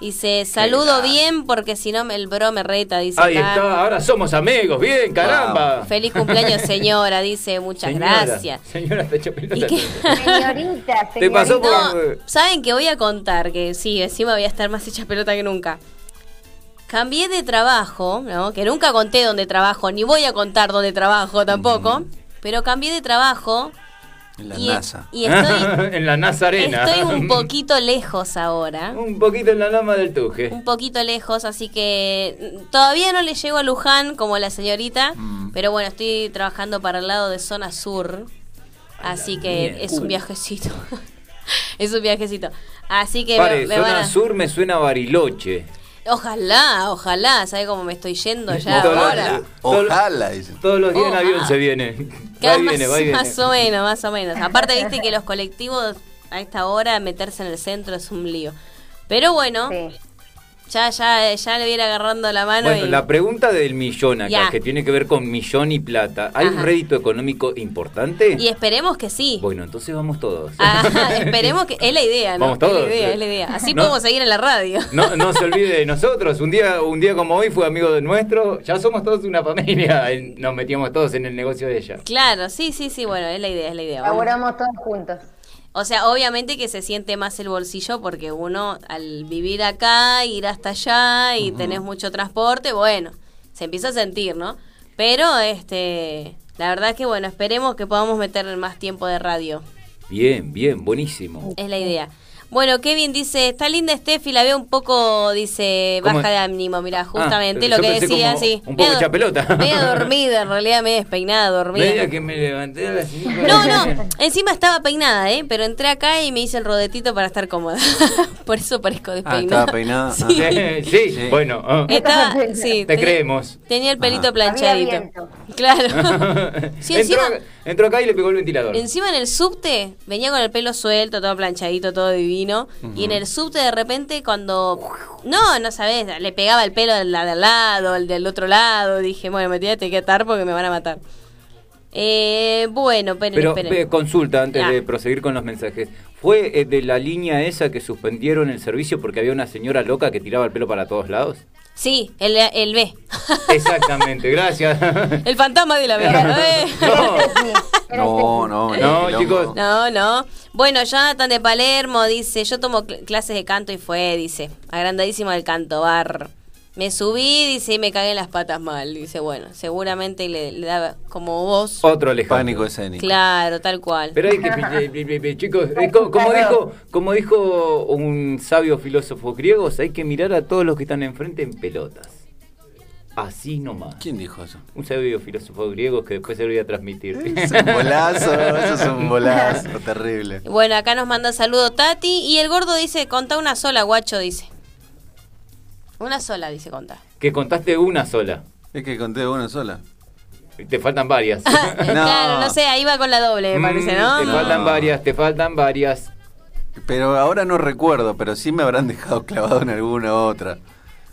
S7: Dice, saludo bien porque si no me- el bro me reta, dice.
S3: Ahí
S7: acá.
S3: está, ahora somos amigos, bien, caramba. [laughs]
S7: Feliz cumpleaños señora, dice, muchas
S3: Señora,
S7: gracias.
S3: Señora, te echó [laughs] pelota.
S7: ¿Y qué?
S5: Señorita, señorita.
S3: Te pasó por-
S7: No, saben que voy a contar que sí, encima voy a estar más hecha pelota que nunca. Cambié de trabajo, ¿no? que nunca conté dónde trabajo, ni voy a contar dónde trabajo tampoco, pero cambié de trabajo
S6: En Mm. la
S7: y,
S6: NASA.
S7: y
S6: [laughs]
S3: [laughs]
S7: estoy,
S3: en la Nazarena.
S7: estoy
S3: [laughs]
S7: un poquito lejos ahora.
S3: Un poquito en la lama del tuje.
S7: Un poquito lejos, así que mm, todavía no le llego a Luján como la señorita,
S3: Mm.
S7: pero bueno, estoy trabajando para el lado de zona sur, así que es un viajecito. [laughs] es un viajecito. Así que
S3: Pare,
S7: me, me van
S3: zona
S7: a-
S3: sur me suena a Bariloche.
S7: Ojalá, ojalá, ¿sabe cómo me estoy yendo ya
S3: Todo lo-
S7: ahora?
S6: Ojalá, dice.
S3: Todos los días en
S7: Oh,
S3: avión
S7: ah.
S3: se viene. Va
S7: Cada
S3: y viene,
S7: más,
S3: va y viene.
S7: [laughs] más o menos, más o menos. Aparte, viste que los colectivos a esta hora meterse en el centro es un lío. Pero bueno,
S5: Sí.
S7: ya, ya, ya le voy a ir agarrando la mano
S3: Bueno,
S7: y...
S3: la pregunta del millón acá,
S7: Ya.
S3: que tiene que ver con millón y plata. ¿Hay un
S7: Ajá.
S3: rédito económico importante?
S7: Y esperemos que sí.
S3: Bueno, entonces vamos todos.
S7: Ah, [laughs] esperemos que. Es la idea, ¿no?
S3: Vamos todos.
S7: Es la idea, es la idea. Así
S3: No.
S7: podemos seguir en la radio.
S3: No, no se olvide de nosotros. Un día, un día como hoy fue amigo de nuestro. Ya somos todos una familia. Nos metíamos todos en el negocio de ella.
S7: Claro, sí, sí, sí, bueno, es la idea, es la idea. Bueno.
S5: Laboramos todos juntos.
S7: O sea, obviamente que se siente más el bolsillo porque uno al vivir acá, ir hasta allá y tenés mucho transporte, bueno, se empieza a sentir, ¿no? Pero, este, la verdad que, bueno, esperemos que podamos meter más tiempo de radio.
S3: Bien, bien, buenísimo.
S7: Es la idea. Bueno, Kevin dice, está linda Steffi, la veo un poco, dice,
S3: ¿Cómo
S7: baja de
S3: es?
S7: ánimo, mira,
S3: Ah,
S7: justamente
S3: yo
S7: lo que
S3: pensé
S7: decía,
S3: como
S7: sí.
S3: Un poco
S7: Media-
S3: hecha pelota. [laughs]
S7: Media dormida, en realidad media despeinada, dormida.
S3: Media que me levanté a las cinco de
S7: No,
S3: la mañana.
S7: no, [laughs] encima estaba peinada, ¿eh? Pero entré acá y me hice el rodetito para estar cómoda. [laughs] Por eso parezco
S6: Ah,
S7: despeinada.
S6: estaba peinada.
S7: Sí.
S6: Ah.
S3: Sí, sí,
S6: Sí.
S3: bueno, ah,
S7: [laughs] Estaba- sí,
S3: te
S7: tenía-
S3: creemos.
S7: Tenía el pelito
S6: Ajá.
S7: planchadito.
S5: Había viento.
S7: Claro.
S3: [laughs]
S7: Eh, Sí,
S3: entró,
S7: encima-
S3: entró acá y le pegó el ventilador.
S7: Encima en el subte venía con el pelo suelto, todo planchadito, todo divino. Y en el subte de repente cuando... No, no sabes, le pegaba el pelo al, al lado, al del otro lado. Dije, bueno, me tiene que atar porque me van a matar. Eh, bueno, esperen,
S3: Pero
S7: esperen.
S3: eh, consulta antes
S7: Ah.
S3: de proseguir con los mensajes. ¿Fue eh, de la línea esa que suspendieron el servicio porque había una señora loca que tiraba el pelo para todos lados?
S7: Sí, el, el B. [laughs]
S3: Exactamente, gracias.
S7: el fantasma de
S3: [laughs]
S7: la vega. eh.
S3: No,
S6: No, no,
S3: No,
S6: quilombo.
S3: chicos.
S7: este- No, no. Bueno, Jonathan de Palermo dice, yo tomo cl- clases de canto y fue, dice, agrandadísima del canto bar. Me subí, dice, y me cagué en las patas mal. Dice, bueno, seguramente le, le daba como vos.
S3: otro Alejandro.
S6: Pánico escénico.
S7: Claro, tal cual.
S3: Pero hay
S7: [laughs]
S3: que, pi- pi- pi- pi- chicos, eh, co- como dijo, como dijo un sabio filósofo griego, hay que mirar a todos los que están enfrente en pelotas. Así nomás.
S6: ¿Quién dijo eso?
S3: Un sabio filósofo griego que después se lo voy a transmitir.
S6: Es un bolazo, eso es un bolazo terrible.
S7: Bueno, acá nos manda saludo Tati y el gordo dice, contá una sola, guacho, dice. Una sola,
S3: [laughs]
S7: dice, contá.
S3: [laughs] que contaste una sola.
S6: Es que conté una sola.
S3: Y Te faltan varias.
S7: Eh, Claro, no sé, ahí va con la doble, [laughs] me parece, ¿no?
S3: Mm, Te faltan
S7: [laughs]
S6: No.
S3: varias, te faltan varias.
S6: Pero ahora no recuerdo, pero sí me habrán [laughs] dejado clavado en alguna otra.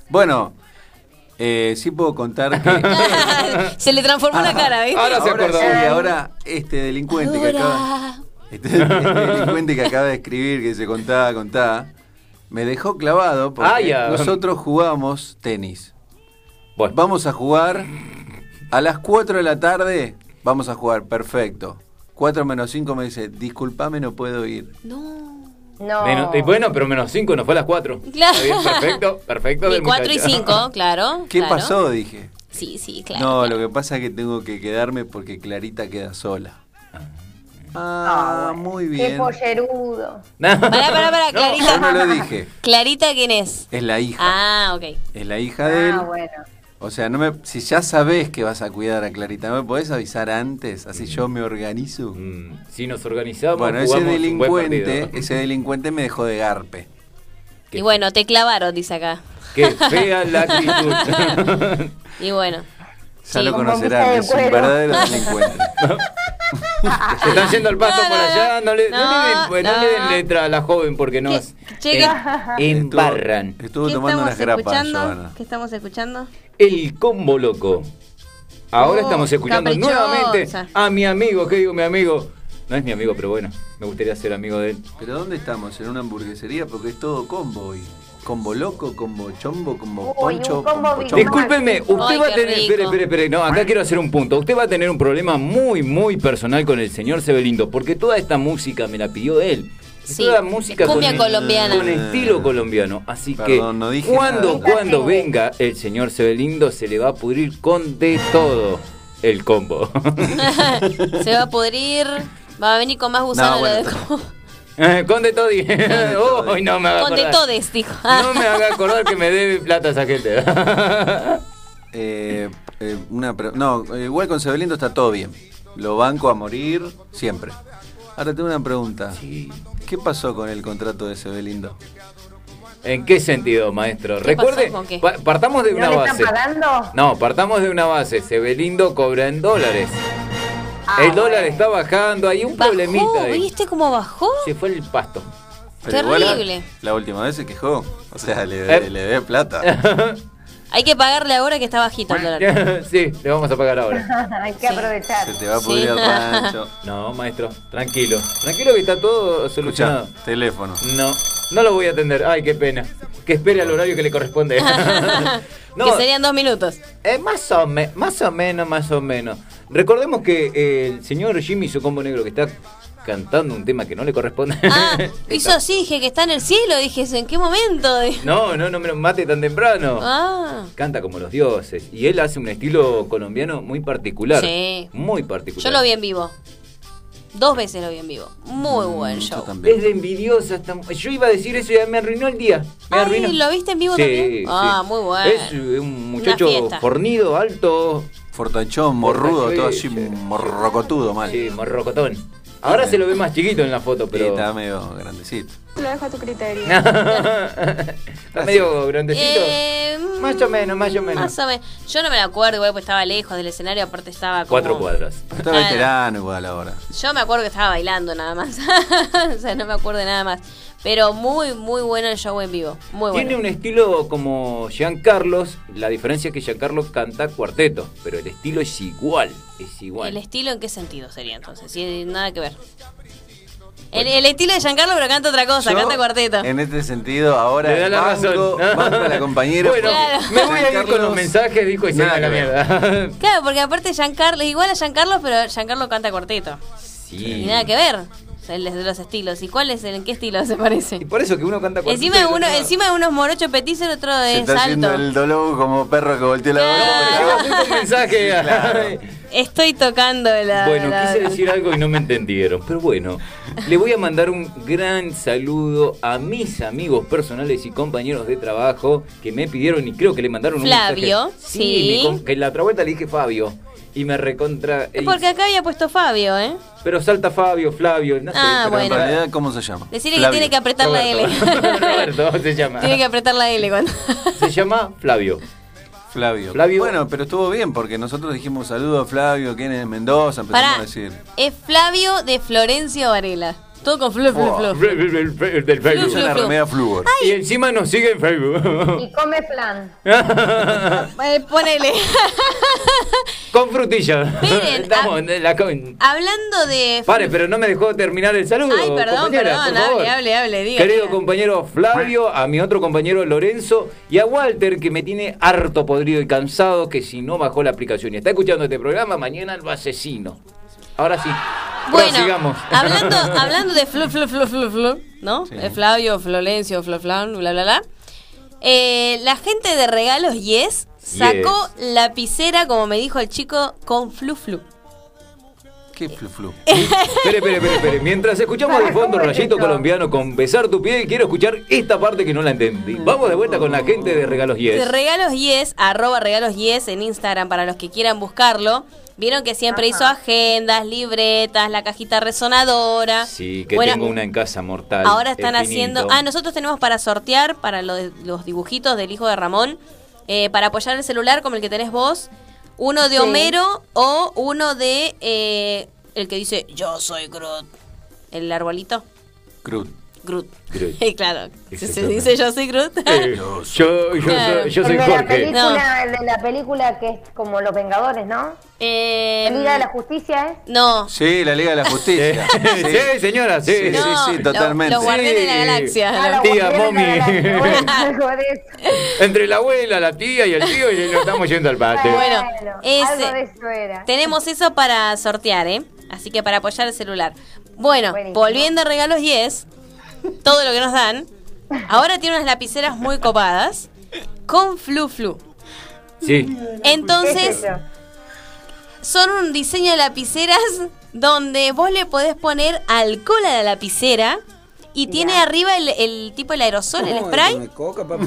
S6: Bueno, eh, sí puedo contar
S7: [laughs]
S6: que.
S7: Se le transformó la cara, ¿viste?
S3: Ahora se acordó.
S6: sí, ahora este delincuente que acaba.
S7: Ahora.
S6: [laughs] Este, este delincuente que acaba de escribir, que se contaba, contaba, me dejó clavado porque
S3: Ah, ya.
S6: nosotros jugábamos tenis.
S3: Bueno,
S6: Vamos a jugar a las 4 de la tarde. Vamos a jugar, perfecto. 4 menos 5 me dice, disculpame, no puedo ir.
S7: No.
S5: No.
S3: menos- y bueno, pero menos 5 no fue a las 4.
S7: [laughs] Claro.
S3: perfecto, perfecto.
S7: Y
S3: del
S7: 4 y
S3: muchacho. [laughs]
S7: 5, claro.
S6: ¿Qué
S7: claro.
S6: pasó? Dije.
S7: Sí, sí, claro.
S6: no,
S7: claro.
S6: lo que pasa es que tengo que quedarme porque Clarita queda sola. Ah, muy
S5: Qué
S6: bien.
S5: pollerudo.
S7: Pará, pará, pará,
S3: No,
S7: Clarita.
S6: Yo no lo dije.
S7: Clarita,
S6: [laughs]
S7: ¿quién es?
S6: Es la hija.
S7: Ah, ok.
S6: Es la hija de él.
S5: Ah, bueno.
S6: O sea, no me, si ya sabes que vas a cuidar a Clarita, ¿no me podés avisar antes? Así yo me organizo.
S3: Mm, si nos organizamos,
S6: Bueno, ese
S3: jugamos un buen
S6: delincuente,
S3: partido.
S6: ese delincuente me dejó de garpe.
S3: Qué-
S7: Y bueno, te clavaron, dice acá.
S3: Qué fea
S7: [laughs]
S3: la actitud.
S6: [laughs]
S7: Y bueno.
S6: Ya
S7: Sí,
S6: lo
S5: con
S6: conocerán,
S5: bombita de
S6: es un
S5: cuero.
S6: verdadero
S3: [laughs]
S6: delincuente.
S3: Se están yendo al pasto
S7: Ah, No, no,
S3: por allá. No le, no le den,
S7: no,
S3: pues, no le den
S7: no.
S3: letra a la joven porque nos
S7: Chica. [laughs]
S3: em-
S6: Estuvo-
S3: embarran.
S6: Estuvo,
S7: ¿Qué
S6: tomando unas
S7: estamos
S6: grapas,
S7: escuchando?
S6: Joana.
S7: ¿Qué estamos escuchando?
S3: El combo loco. Ahora
S7: Oh,
S3: estamos escuchando
S7: caprichosa.
S3: nuevamente a mi amigo. ¿Qué digo, mi amigo? No es mi amigo, pero bueno, me gustaría ser amigo de él.
S6: ¿Pero dónde estamos? ¿En una hamburguesería? Porque es todo combo hoy. Combo loco, combo chombo, combo
S5: Uy,
S6: poncho,
S5: un combo
S6: combo
S5: big.
S6: chombo.
S5: Disculpe.
S3: Discúlpeme, usted
S7: Ay,
S3: va a
S7: qué
S3: tener.
S7: rico.
S3: Espere, espere, espere. No, acá quiero hacer un punto. Usted va a tener un problema muy, muy personal con el señor Sebelindo, porque toda esta música me la pidió él.
S7: Sí,
S3: toda música
S7: es cumbia colombiana.
S3: Con estilo colombiano. Así que
S6: Perdón, no dije
S3: cuando,
S6: nada.
S3: cuando venga el señor Sebelindo, se le va a pudrir con de todo el combo. [laughs]
S7: Se va a pudrir. Va a venir con más gusano.
S6: No, bueno, [laughs]
S7: lo de-
S3: Eh, con de todo. y- [laughs] Uy, no me haga
S7: Con de
S3: acordar.
S7: todes, dijo.
S3: Ah, No me haga acordar que me debe plata esa gente.
S6: Eh, eh, una pre- no, eh, igual con Sebelindo está todo bien. Lo banco a morir siempre. Ahora tengo una pregunta. ¿Qué pasó con el contrato de Sebelindo?
S3: ¿En qué sentido, maestro?
S7: ¿Qué pasó?
S3: Recuerde,
S7: ¿Con qué?
S3: pa- partamos de una
S5: ¿No le
S3: base.
S5: están pagando?
S3: No, partamos de una base. Sebelindo cobra en dólares.
S5: Ah,
S3: el dólar
S5: bueno.
S3: está bajando, hay un problemita
S7: [laughs] Bajó,
S3: ahí.
S7: ¿viste cómo bajó?
S3: Se fue el pasto.
S6: igual la-
S7: Terrible.
S6: la última vez se quejó. O sea, le,
S3: Eh.
S6: le
S3: [laughs]
S6: dé plata.
S7: Hay que pagarle ahora que está bajito el dólar.
S3: sí, le vamos a pagar ahora.
S5: [laughs] Hay que aprovechar.
S6: Se te va a pudrir
S3: [laughs]
S6: el rancho.
S3: No, maestro, tranquilo. Tranquilo que está todo
S6: Escucha,
S3: solucionado.
S6: teléfono.
S3: No, no lo voy a atender. Ay, qué pena. Que espere al horario que le
S7: [laughs]
S3: corresponde. [laughs] [laughs] no,
S7: Que serían
S3: [laughs]
S7: dos minutos.
S3: eh, más, o me- más o menos, más o menos. Recordemos que eh, el señor Jimmy, su combo negro, que está cantando un tema que no le corresponde.
S7: Ah, hizo
S3: Está-
S7: así, dije que está en el cielo. Dije, ¿en qué momento?
S3: [laughs]
S7: [laughs]
S3: No, no, no me lo mate tan temprano.
S7: Ah.
S3: Canta como los dioses. Y él hace un estilo colombiano muy particular.
S7: Sí.
S3: Muy particular.
S7: Yo lo vi en vivo. Dos veces lo vi en vivo. Muy
S3: Mm,
S7: buen show.
S6: Yo también.
S3: Es de envidiosa. esta mu- Yo iba a decir eso y ya me arruinó el día. Me
S7: Ay,
S3: arruinó.
S7: ¿lo viste en vivo
S3: Sí,
S7: también?
S3: sí.
S7: Ah, muy bueno.
S3: Es eh, un muchacho
S7: fiesta.
S3: fornido, alto,
S6: Fortachón, morrudo, todo así,
S3: Sí, sí.
S6: morrocotudo mal.
S3: sí, morrocotón. Ahora se lo ve más chiquito en la foto,
S6: Pero...
S3: pero.
S6: está medio grandecito.
S8: Lo dejo a tu criterio.
S7: [laughs]
S3: está medio grandecito.
S7: Eh, mm,
S3: Más o menos, más o menos.
S7: Más o menos. Yo no me la acuerdo, igual, porque estaba lejos del escenario, aparte estaba como...
S3: Cuatro cuadras.
S6: Está
S7: Claro.
S6: veterano igual ahora.
S7: Yo me acuerdo que estaba bailando nada más. [laughs] o sea, no me acuerdo de nada más. Pero muy, muy bueno el show en vivo. Muy bueno.
S3: Tiene un estilo como Giancarlos. La diferencia es que Giancarlo canta cuarteto, pero el estilo es igual. Es igual.
S7: ¿El estilo en qué sentido sería entonces? Sí, nada que ver. El, el estilo de Giancarlo, pero canta otra cosa,
S6: Yo,
S7: canta cuarteto.
S6: En este sentido, ahora
S3: Le da la
S6: banco,
S3: razón.
S6: banco a la compañera.
S3: [laughs] Bueno,
S7: Claro.
S3: me voy a ir con los
S6: Giancarlos.
S3: mensajes, dijo y se
S6: Nada
S3: va a la
S6: que ver.
S3: mierda.
S7: Claro, porque aparte Giancarlo, es igual a Giancarlo, pero Giancarlo canta cuarteto.
S3: [laughs]
S7: Y
S3: sí.
S7: nada que ver. O sea, el de los estilos. ¿Y cuál es el- en qué estilo se
S3: Y
S7: parecen?
S3: por eso que uno canta cuarteto. y
S7: Encima de
S3: el
S7: uno,
S3: otro-
S7: encima de unos morochos petizos, el otro
S6: Se
S7: es
S6: está haciendo
S7: alto.
S6: el dolor como perro que volteó la
S7: [laughs]
S3: Ah,
S6: boca.
S3: llegó un mensaje. [laughs]
S7: Estoy tocando la.
S3: Bueno,
S7: la-
S3: quise decir algo y no me entendieron, pero bueno, le voy a mandar un gran saludo a mis amigos personales y compañeros de trabajo que me pidieron y creo que le mandaron
S7: Flavio,
S3: un mensaje.
S7: sí.
S3: mi com- que en la otra vuelta le dije Fabio y me recontra.
S7: Es porque acá había puesto Fabio, ¿eh?
S3: Pero salta Fabio, Flavio, no sé.
S7: Ah,
S3: pero
S6: En
S7: bueno.
S6: realidad, ¿cómo se llama?
S7: Decirle que
S6: Flavio.
S7: tiene que apretar la L. [laughs]
S3: Roberto, [laughs] Roberto se llama.
S7: tiene que apretar la L cuando.
S3: Se llama Flavio.
S6: Flavio.
S3: Flavio.
S6: Bueno, pero estuvo bien porque nosotros dijimos saludo a Flavio, ¿quién es Mendoza? Empezamos
S7: Pará.
S6: a decir.
S7: Es Flavio de Florencio Varela. Todo con flu, flu, flu.
S3: Del
S6: Es
S7: Flu,
S3: Facebook.
S6: una
S7: flu.
S6: remera flúor.
S3: Y encima nos sigue en Facebook.
S5: Y come flan.
S7: Eh, ponele.
S3: [laughs]
S7: [laughs]
S3: Con frutilla.
S7: Miren,
S3: Estamos
S7: a-
S3: en la con.
S7: Hablando de.
S3: Pare, pero no me dejó terminar el saludo.
S7: Ay, perdón,
S3: compañera,
S7: perdón,
S3: por favor.
S7: hable, hable, hable, diga,
S3: Querido
S7: diga.
S3: compañero Flavio, a mi otro compañero Lorenzo y a Walter, que me tiene harto podrido y cansado, que si no bajó la aplicación y está escuchando este programa, mañana lo asesino. Ahora sí.
S7: Bueno,
S3: prosigamos. [laughs]
S7: hablando, hablando de flu, flu, flu, flu, flu, ¿no? Eh, Flavio, Florencio, Floflan, bla, bla, bla. Eh, la gente de regalos Yes sacó lapicera, como me dijo el chico, con flu, flu.
S6: ¿Qué flu flu?
S7: Eh.
S3: Espere, espere, espere, espere. Mientras escuchamos de fondo Rayito Colombiano con Besar tu piel, quiero escuchar esta parte que no la entendí. Vamos de vuelta con la gente de Regalos
S7: De
S3: 10.
S7: Regalos Yes, arroba regalos Yes en Instagram para los que quieran buscarlo. Vieron que siempre hizo agendas, libretas, la cajita resonadora.
S3: Sí, que
S7: Bueno,
S3: tengo una en casa mortal.
S7: Ahora están
S3: es
S7: haciendo.
S3: finito.
S7: Ah, nosotros tenemos para sortear para lo de- los dibujitos del hijo de Ramón. eh, para apoyar el celular como el que tenés vos. Uno de
S5: Sí.
S7: Homero o uno de. eh, el que dice Yo soy Groot. El arbolito.
S6: Crud.
S7: Groot. [laughs]
S3: Groot.
S7: Eh, claro. Si se
S3: Exactamente.
S7: dice Yo soy Groot.
S3: Eh, yo, yo soy, yo soy
S5: el de La
S3: Jorge.
S5: película, El de la película que es como Los Vengadores, ¿no?
S7: [laughs] Eh,
S5: La Liga de la Justicia, ¿eh?
S7: No.
S6: Sí, la Liga de la Justicia.
S3: Eh, [laughs] Sí, señora, sí.
S6: Sí,
S7: no,
S6: sí, sí,
S7: lo-
S6: totalmente.
S7: Los guardianes de la
S3: Sí.
S5: Ah,
S7: galaxia.
S5: la
S3: Tía,
S5: Guardiana de la
S3: mami.
S5: Galaxia, bueno, algo de eso.
S3: Entre la abuela, la tía y el tío, y nos estamos yendo al patio.
S7: Bueno, ese-
S5: algo de eso era.
S7: Tenemos eso para sortear, ¿eh? Así que para apoyar el celular. Bueno,
S5: Buenísimo.
S7: volviendo a regalos 10, todo lo que nos dan. Ahora tiene unas lapiceras muy copadas con flu flu.
S3: Sí.
S5: ¿Qué es
S3: [laughs]
S7: Entonces,
S5: eso?
S7: son un diseño de lapiceras donde vos le podés poner alcohol a la lapicera y tiene arriba el, el tipo el aerosol, el spray.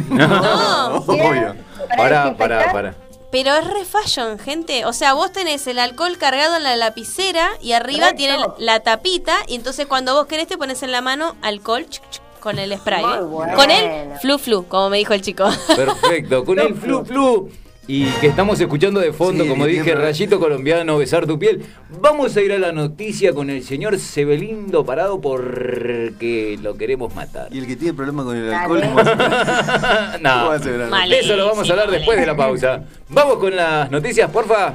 S7: No.
S6: Obvio.
S3: Pará, pará, pará.
S7: Pero es re fashion, gente. O sea, vos tenés el alcohol cargado en la lapicera y arriba
S5: Correcto.
S7: tiene la tapita. Y entonces cuando vos querés te pones en la mano alcohol chuc, chuc, con el spray.
S5: Muy
S7: ¿eh?
S5: bueno.
S7: Con el flu flu, como me dijo el chico. [laughs]
S3: Perfecto. Con el flu flu. Y que estamos escuchando de fondo,
S6: Sí,
S3: como dije,
S6: bien, pero-
S3: Rayito Colombiano, besar tu piel. Vamos a ir a la noticia con el señor Sebelindo Parado porque lo queremos matar. [laughs]
S6: [laughs] Y el que tiene problema con el
S5: Dale.
S6: alcohol, ¿cómo hace? ¿Cómo
S3: no.
S6: hace verano?
S7: Mal.
S3: Eso lo vamos a hablar después de la pausa. Vamos con las noticias, porfa.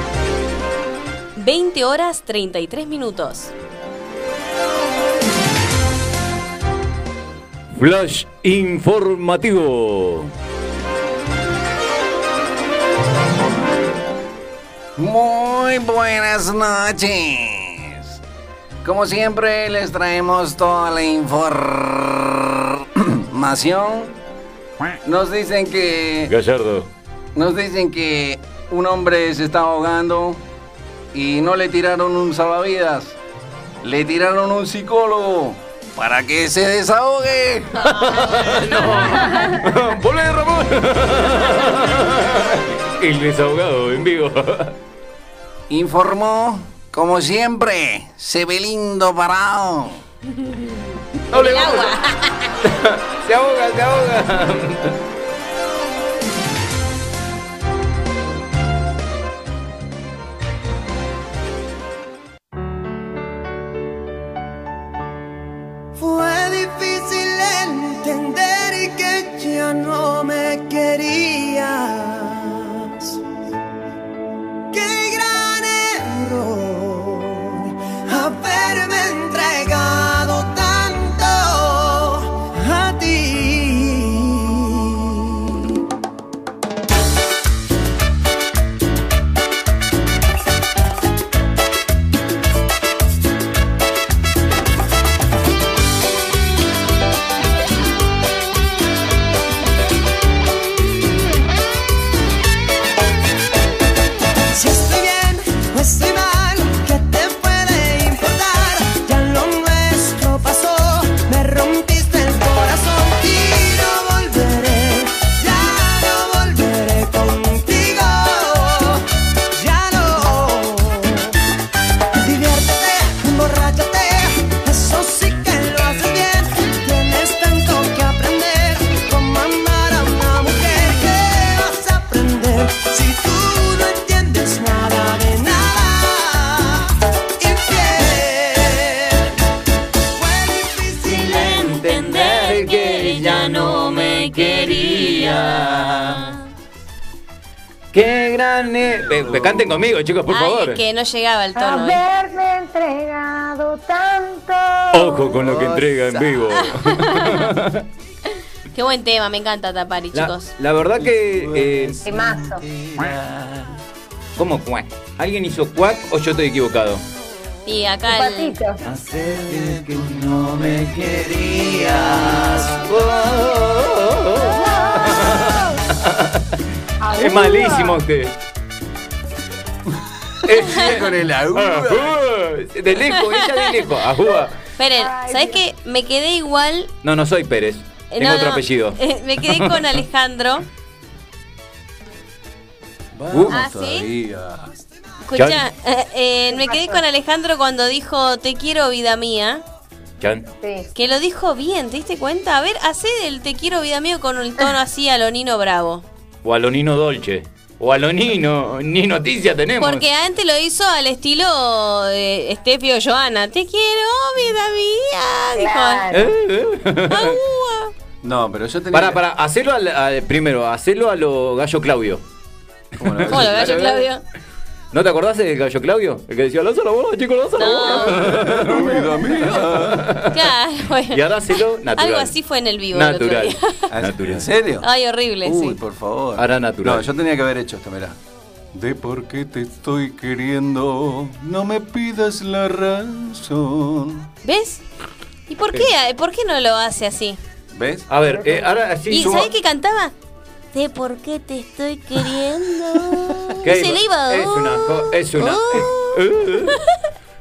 S7: Claro. 20 horas 33 minutos.
S3: Flash informativo.
S6: Muy buenas noches. Como siempre les traemos toda la información Nos dicen que.
S4: Gallardo.
S6: Nos dicen que un hombre se estaba ahogando y no le tiraron un salvavidas. Le tiraron un psicólogo para que se
S7: [laughs]
S6: desahogue. [laughs]
S4: no. ¡Volve, Ramón! El desahogado en vivo.
S6: Informó, como siempre, Sebelindo Parado.
S3: No le agua. [laughs] se ahoga, se ahoga.
S2: Fue difícil entender y que ya no me querías. Qué gran error haberme entregado tanto a ti. Si estoy bien o estoy mal, ¿qué te puede importar? Ya lo nuestro pasó, me rompiste el corazón y no volveré, ya no volveré contigo, ya no. Diviértete, emborráchate, eso sí que lo haces bien. Tienes tanto que aprender, como amar a una mujer que vas a aprender si tú no entiendes nada de nada. Infiel, fue difícil
S7: entender que ya no me
S3: quería. ¡Qué gran e- Ve- ve, Canten conmigo, chicos, por
S7: Ay,
S3: favor.
S7: es que no llegaba el tono. ¿eh?
S5: Haberme entregado tanto.
S3: Ojo con lo que entrega en
S7: [laughs]
S3: vivo.
S7: Qué buen tema, me encanta Tapari,
S3: La,
S7: chicos.
S3: la verdad que. eh,
S5: Temazo.
S3: ¿Cómo cuac? ¿Alguien hizo cuac o yo estoy equivocado?
S7: Y acá el...
S3: [laughs]
S5: Patito.
S3: Es malísimo
S7: [laughs]
S3: usted. Es-
S6: Con el agudo.
S3: Ajúa. De lejos, ella de lejos. Ajúa.
S7: Esperen, ¿sabés qué? Me quedé igual...
S3: No, no soy Pérez.
S7: eh,
S3: Tengo
S7: no,
S3: otro
S7: no,
S3: apellido.
S7: [laughs] eh, me quedé con
S3: [laughs]
S7: Alejandro.
S6: Vamos
S7: Ah, ¿sí?
S6: todavía.
S7: Escucha, eh, me quedé con Alejandro cuando dijo te quiero vida mía.
S3: Chan.
S5: Sí.
S7: Que lo dijo bien, ¿te diste cuenta? A ver, hacé el te quiero vida mía con el tono así a lo Nino Bravo.
S3: O Alonino Dolce. O Alonino. Ni noticia tenemos.
S7: Porque antes lo hizo al estilo de Estefio Joana. Te quiero vida mía. Dijo,
S5: Claro.
S3: Eh, eh.
S7: "Agua".
S6: No, pero yo tenía.
S3: Pará, pará, hacelo al, al- primero, hacelo a lo gallo Claudio.
S6: Bueno,
S7: Hola,
S3: [laughs]
S7: gallo Claudio.
S3: ¿No te acordás del gallo Claudio? El que decía, lanza la bola, chicos, lanza la bola.
S6: Vida mía.
S7: Claro, [laughs] bueno.
S3: Y ahora hacelo natural.
S7: [laughs] Algo así fue en el vivo. el otro
S3: Natural.
S7: día. [laughs]
S3: [laughs]
S6: ¿En
S3: natural.
S6: serio?
S7: Ay, horrible,
S6: Uy,
S7: sí.
S6: por favor.
S3: Ahora natural.
S6: No, yo tenía que haber hecho esto, mirá. De por qué te estoy queriendo, no me pidas la razón.
S7: ¿Ves? ¿Y por qué? eh, ¿Por qué no lo hace así?
S6: ¿Ves?
S7: Ah.
S3: A ver, eh, ahora sí.
S7: ¿Y
S3: suba-
S7: sabés qué cantaba? De por qué te
S3: [laughs]
S7: estoy queriendo.
S3: ¿Qué?
S7: Y se le iba.
S3: Es una. co- Es una.
S7: Oh.
S3: es- eh, eh.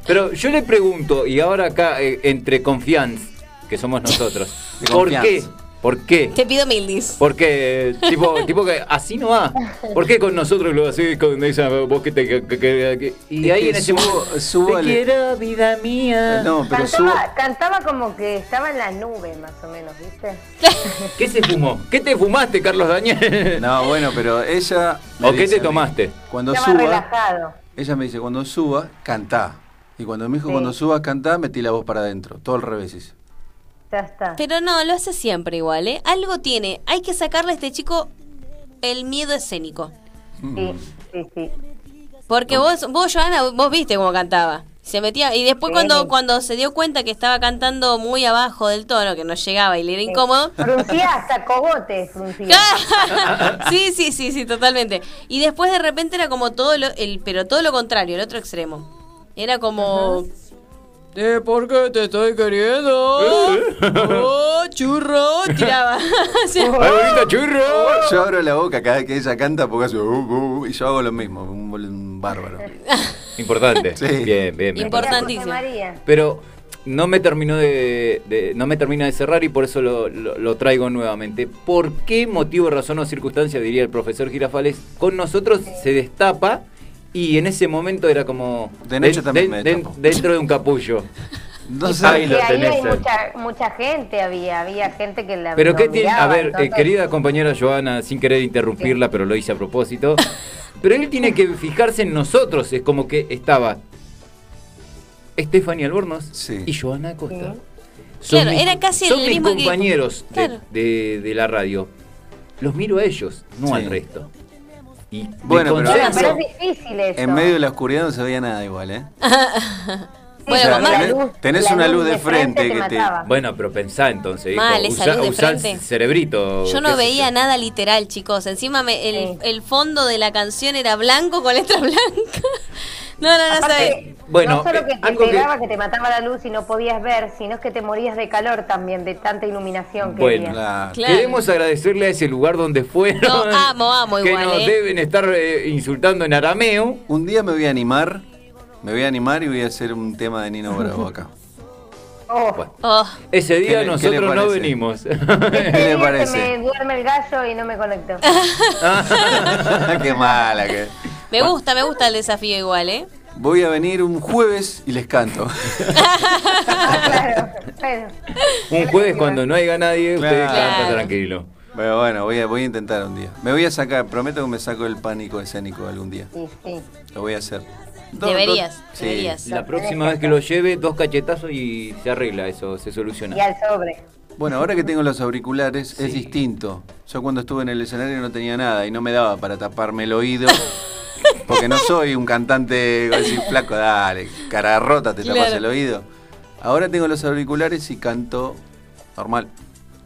S3: Pero yo le pregunto, y ahora acá, eh, entre confianza, que somos nosotros,
S6: [laughs] De
S3: ¿por qué?
S6: confianza.
S3: ¿Por qué?
S7: Te pido mildis.
S3: Porque, tipo, tipo que así no va. ¿Por qué con nosotros lo hacés con esa voz que te. que- que- que- y
S6: Es
S3: ahí
S6: que
S3: en ese
S6: subo-
S3: momento.
S6: subo
S3: te
S6: al- Ah,
S3: quiero, vida mía.
S6: Eh, No, pero subo.
S5: Cantaba, cantaba como que estaba en las nubes, más o menos, ¿viste?
S3: ¿Qué se fumó? ¿Qué te fumaste, Carlos
S6: [laughs]
S3: Daniel?
S6: No, bueno, pero ella. me
S3: ¿O qué
S6: dice
S3: te
S6: a mí,
S3: tomaste?
S6: Cuando
S5: estaba
S6: suba,
S5: relajado.
S6: ella me dice, cuando suba, cantá. Y cuando me dijo,
S5: Sí.
S6: cuando suba, cantá, metí la voz para adentro. Todo al revés hice.
S5: Ya está.
S7: Pero no, lo hace siempre igual, ¿eh? Algo tiene. Hay que sacarle a este chico el miedo escénico.
S3: Mm.
S5: Sí, sí, sí.
S7: Porque vos, vos, Joana, vos viste cómo cantaba. Se metía. Y después
S5: Sí.
S7: cuando, cuando se dio cuenta que estaba cantando muy abajo del tono, que no llegaba y le era incómodo.
S5: Fruncía hasta cogote, fruncía.
S7: [laughs] sí, sí, sí, sí, totalmente. Y después de repente era como todo lo, el, pero todo lo contrario, el otro extremo. Era como ¿De ¿Eh, por qué te estoy queriendo? [laughs] ¡Oh, churro! Tiraba. [laughs] O sea,
S3: ¡Ay, bonita churro!
S6: Yo abro la boca cada vez que ella canta porque hace. uh, uh, y yo hago lo mismo, un, bol- un
S7: [laughs]
S6: bárbaro.
S3: Importante.
S6: [laughs] Sí.
S3: Bien, bien, bien.
S7: Import- Importantísimo.
S5: José María.
S3: Pero no me terminó de, de- no me termina de cerrar y por eso lo, lo- lo traigo nuevamente. ¿Por qué motivo, razón o circunstancia, diría el profesor Girafales, con nosotros se destapa y en ese momento era como
S6: De noche también me destapo.
S3: dentro de un capullo?
S6: No
S3: Ahí
S5: Y
S3: lo
S6: sé.
S5: ahí
S3: tenés,
S5: hay
S3: eh.
S5: mucha, mucha gente, había, había gente que la
S3: Pero
S5: lo
S3: qué tiene, a
S5: miraba,
S3: ver, eh,
S5: entonces-
S3: querida compañera Joana, sin querer interrumpirla, pero lo hice a propósito. Pero él tiene que fijarse en nosotros, es como que estaba Stephanie Albornoz
S6: Sí.
S3: y Joana Costa.
S7: Claro, era casi
S3: son
S7: el
S3: mis
S7: mismo que-
S3: compañeros de-
S7: Claro.
S3: de, de la radio. Los miro a ellos, no
S6: Sí.
S3: al resto. Y me
S6: Bueno, pero-
S5: Bueno,
S3: concentro.
S5: pero es difícil eso. ¿eh?
S6: En medio de la oscuridad no se veía nada igual, ¿eh?
S7: Bueno,
S6: O sea,
S7: mamá,
S6: tenés- tenés una luz de frente que te-
S3: Bueno, pero pensá entonces, hijo,
S7: Mal, esa
S3: usa,
S7: luz de
S3: usa el
S7: frente.
S3: cerebrito.
S7: yo
S3: qué
S7: no
S3: sé
S7: veía
S3: yo.
S7: nada literal, chicos. Encima me- el,
S5: Sí.
S7: el fondo de la canción era blanco con letra [laughs] blanca. No, no, no sabía.
S5: Aparte,
S3: Bueno,
S5: no solo
S3: eh,
S5: que te
S3: algo que-
S5: pegaba, que... te mataba la luz y no podías ver, sino que te morías de calor también, de tanta iluminación que
S3: Bueno,
S5: había.
S6: Claro.
S7: Claro.
S3: Queremos agradecerle a ese lugar donde fueron.
S7: No, amo, amo
S3: Que
S7: igual,
S3: nos
S7: eh.
S3: deben estar eh, insultando en arameo.
S6: Un día me voy a animar, me voy a animar y voy a hacer un tema de Nino Bravo acá.
S5: Oh,
S3: Bueno,
S7: Oh,
S3: Ese
S6: ¿Qué
S3: día
S6: le- qué le
S3: nosotros no
S6: parece?
S3: venimos. [laughs]
S5: ese
S6: ¿Qué
S5: día
S6: le
S5: se
S6: parece?
S5: me duerme el gallo y no me
S3: [laughs]
S5: conecto.
S6: [laughs] Qué mala que.
S7: me gusta, me gusta el desafío igual, ¿eh?
S6: Voy a venir un jueves y les canto.
S5: claro, bueno.
S3: Un jueves cuando no haya nadie, ustedes
S6: Claro.
S3: cantan tranquilo.
S6: Pero bueno, voy a, voy a intentar un día. Me voy a sacar, prometo que me saco el pánico escénico algún día.
S5: Sí, sí.
S6: Lo voy a hacer.
S7: Deberías,
S6: sí.
S7: deberías.
S3: La próxima vez que lo lleve, dos cachetazos y se arregla eso, se soluciona.
S5: Y al sobre.
S6: Bueno, ahora que tengo los auriculares es distinto. Yo cuando estuve en el escenario no tenía nada y no me daba para taparme el
S7: [laughs]
S6: oído. Porque no soy un cantante voy a decir, flaco, dale, cara rota, te tapas
S7: Claro.
S6: el oído. Ahora tengo los auriculares y canto normal.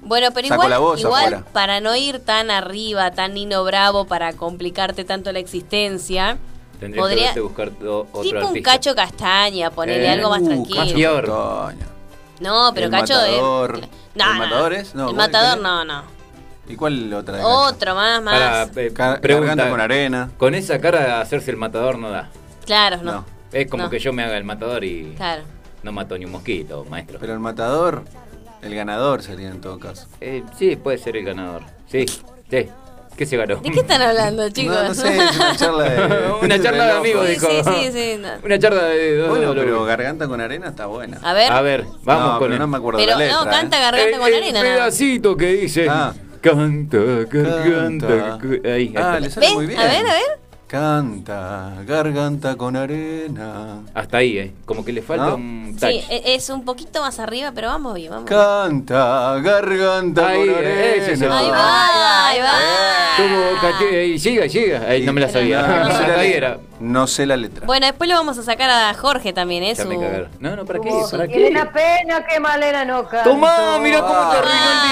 S7: Bueno, pero
S6: Saco
S7: igual,
S6: la voz
S7: igual
S6: afuera.
S7: para no ir tan arriba, tan Nino Bravo, para complicarte tanto la existencia,
S3: Tendrías
S7: Podría-
S3: que verte buscar o- otro
S7: tipo un
S3: artista.
S7: cacho castaña, ponerle
S3: Eh,
S7: algo más
S6: Uh,
S7: tranquilo.
S3: Cacho.
S6: Castaña.
S7: No, pero
S6: El
S7: cacho es.
S6: Matador.
S7: No,
S6: ¿El
S7: no.
S6: Matador es? No,
S7: el
S6: ¿cuál-
S7: matador,
S6: cuál
S7: no, no.
S6: ¿Y cuál otra? de canto?
S7: Otro más, más.
S3: Para, eh,
S6: Car-
S3: pregunta,
S6: Garganta con arena.
S3: Con esa cara hacerse el matador no da.
S7: Claro, no.
S6: No.
S3: Es como
S7: No.
S3: que yo me haga el matador y
S7: Claro.
S3: no mato ni un mosquito, maestro.
S6: Pero el matador, el ganador sería en todo caso.
S3: Eh, sí, puede ser el ganador. Sí, sí. ¿Qué se ganó?
S7: ¿De
S3: [laughs]
S7: qué están hablando, chicos?
S6: No, no sé, es una charla de.
S3: Una
S7: [laughs]
S3: charla de
S6: locos.
S3: amigos,
S7: Sí,
S3: dijo.
S7: sí, sí, sí, no.
S3: Una charla de dos.
S6: Bueno,
S3: dos-
S6: pero garganta con arena está buena.
S7: [laughs] A ver.
S3: A ver, vamos
S6: no,
S3: con
S6: pero
S3: el-
S6: no me acuerdo
S7: pero
S6: la letra.
S7: no, canta
S6: ¿eh?
S7: garganta
S3: el-
S7: con
S3: el
S7: arena. no.
S3: pedacito que dice.
S6: Ah.
S3: Canta, garganta.
S6: Canta.
S3: cu- Ahí, ahí
S6: Ah,
S3: está.
S6: le sale muy
S7: Ven,
S6: bien.
S7: a ver, a ver.
S6: Canta, garganta con arena.
S3: Hasta ahí, ¿eh? Como que le falta
S6: ¿No?
S3: un touch.
S7: Sí, e- es un poquito más arriba, pero vamos bien, vamos. bien.
S6: Canta, garganta
S3: Ahí,
S6: con
S3: ese es el-
S6: arena.
S7: Ahí va, ahí va.
S3: Como caché, ahí, siga, siga. Ahí, no me la sabía. [laughs]
S6: No, sé la
S3: Ahí
S6: letra.
S3: era.
S6: No sé la letra.
S7: Bueno, después lo vamos a sacar a Jorge también, ¿eh?
S3: Ya me
S7: Su-
S3: cagaron. No, no, ¿para qué?
S5: Oh,
S3: ¿Para
S5: tiene
S3: qué?
S5: una pena que Malena no canta.
S3: Tomá, mirá cómo te arruinó el
S7: Ah,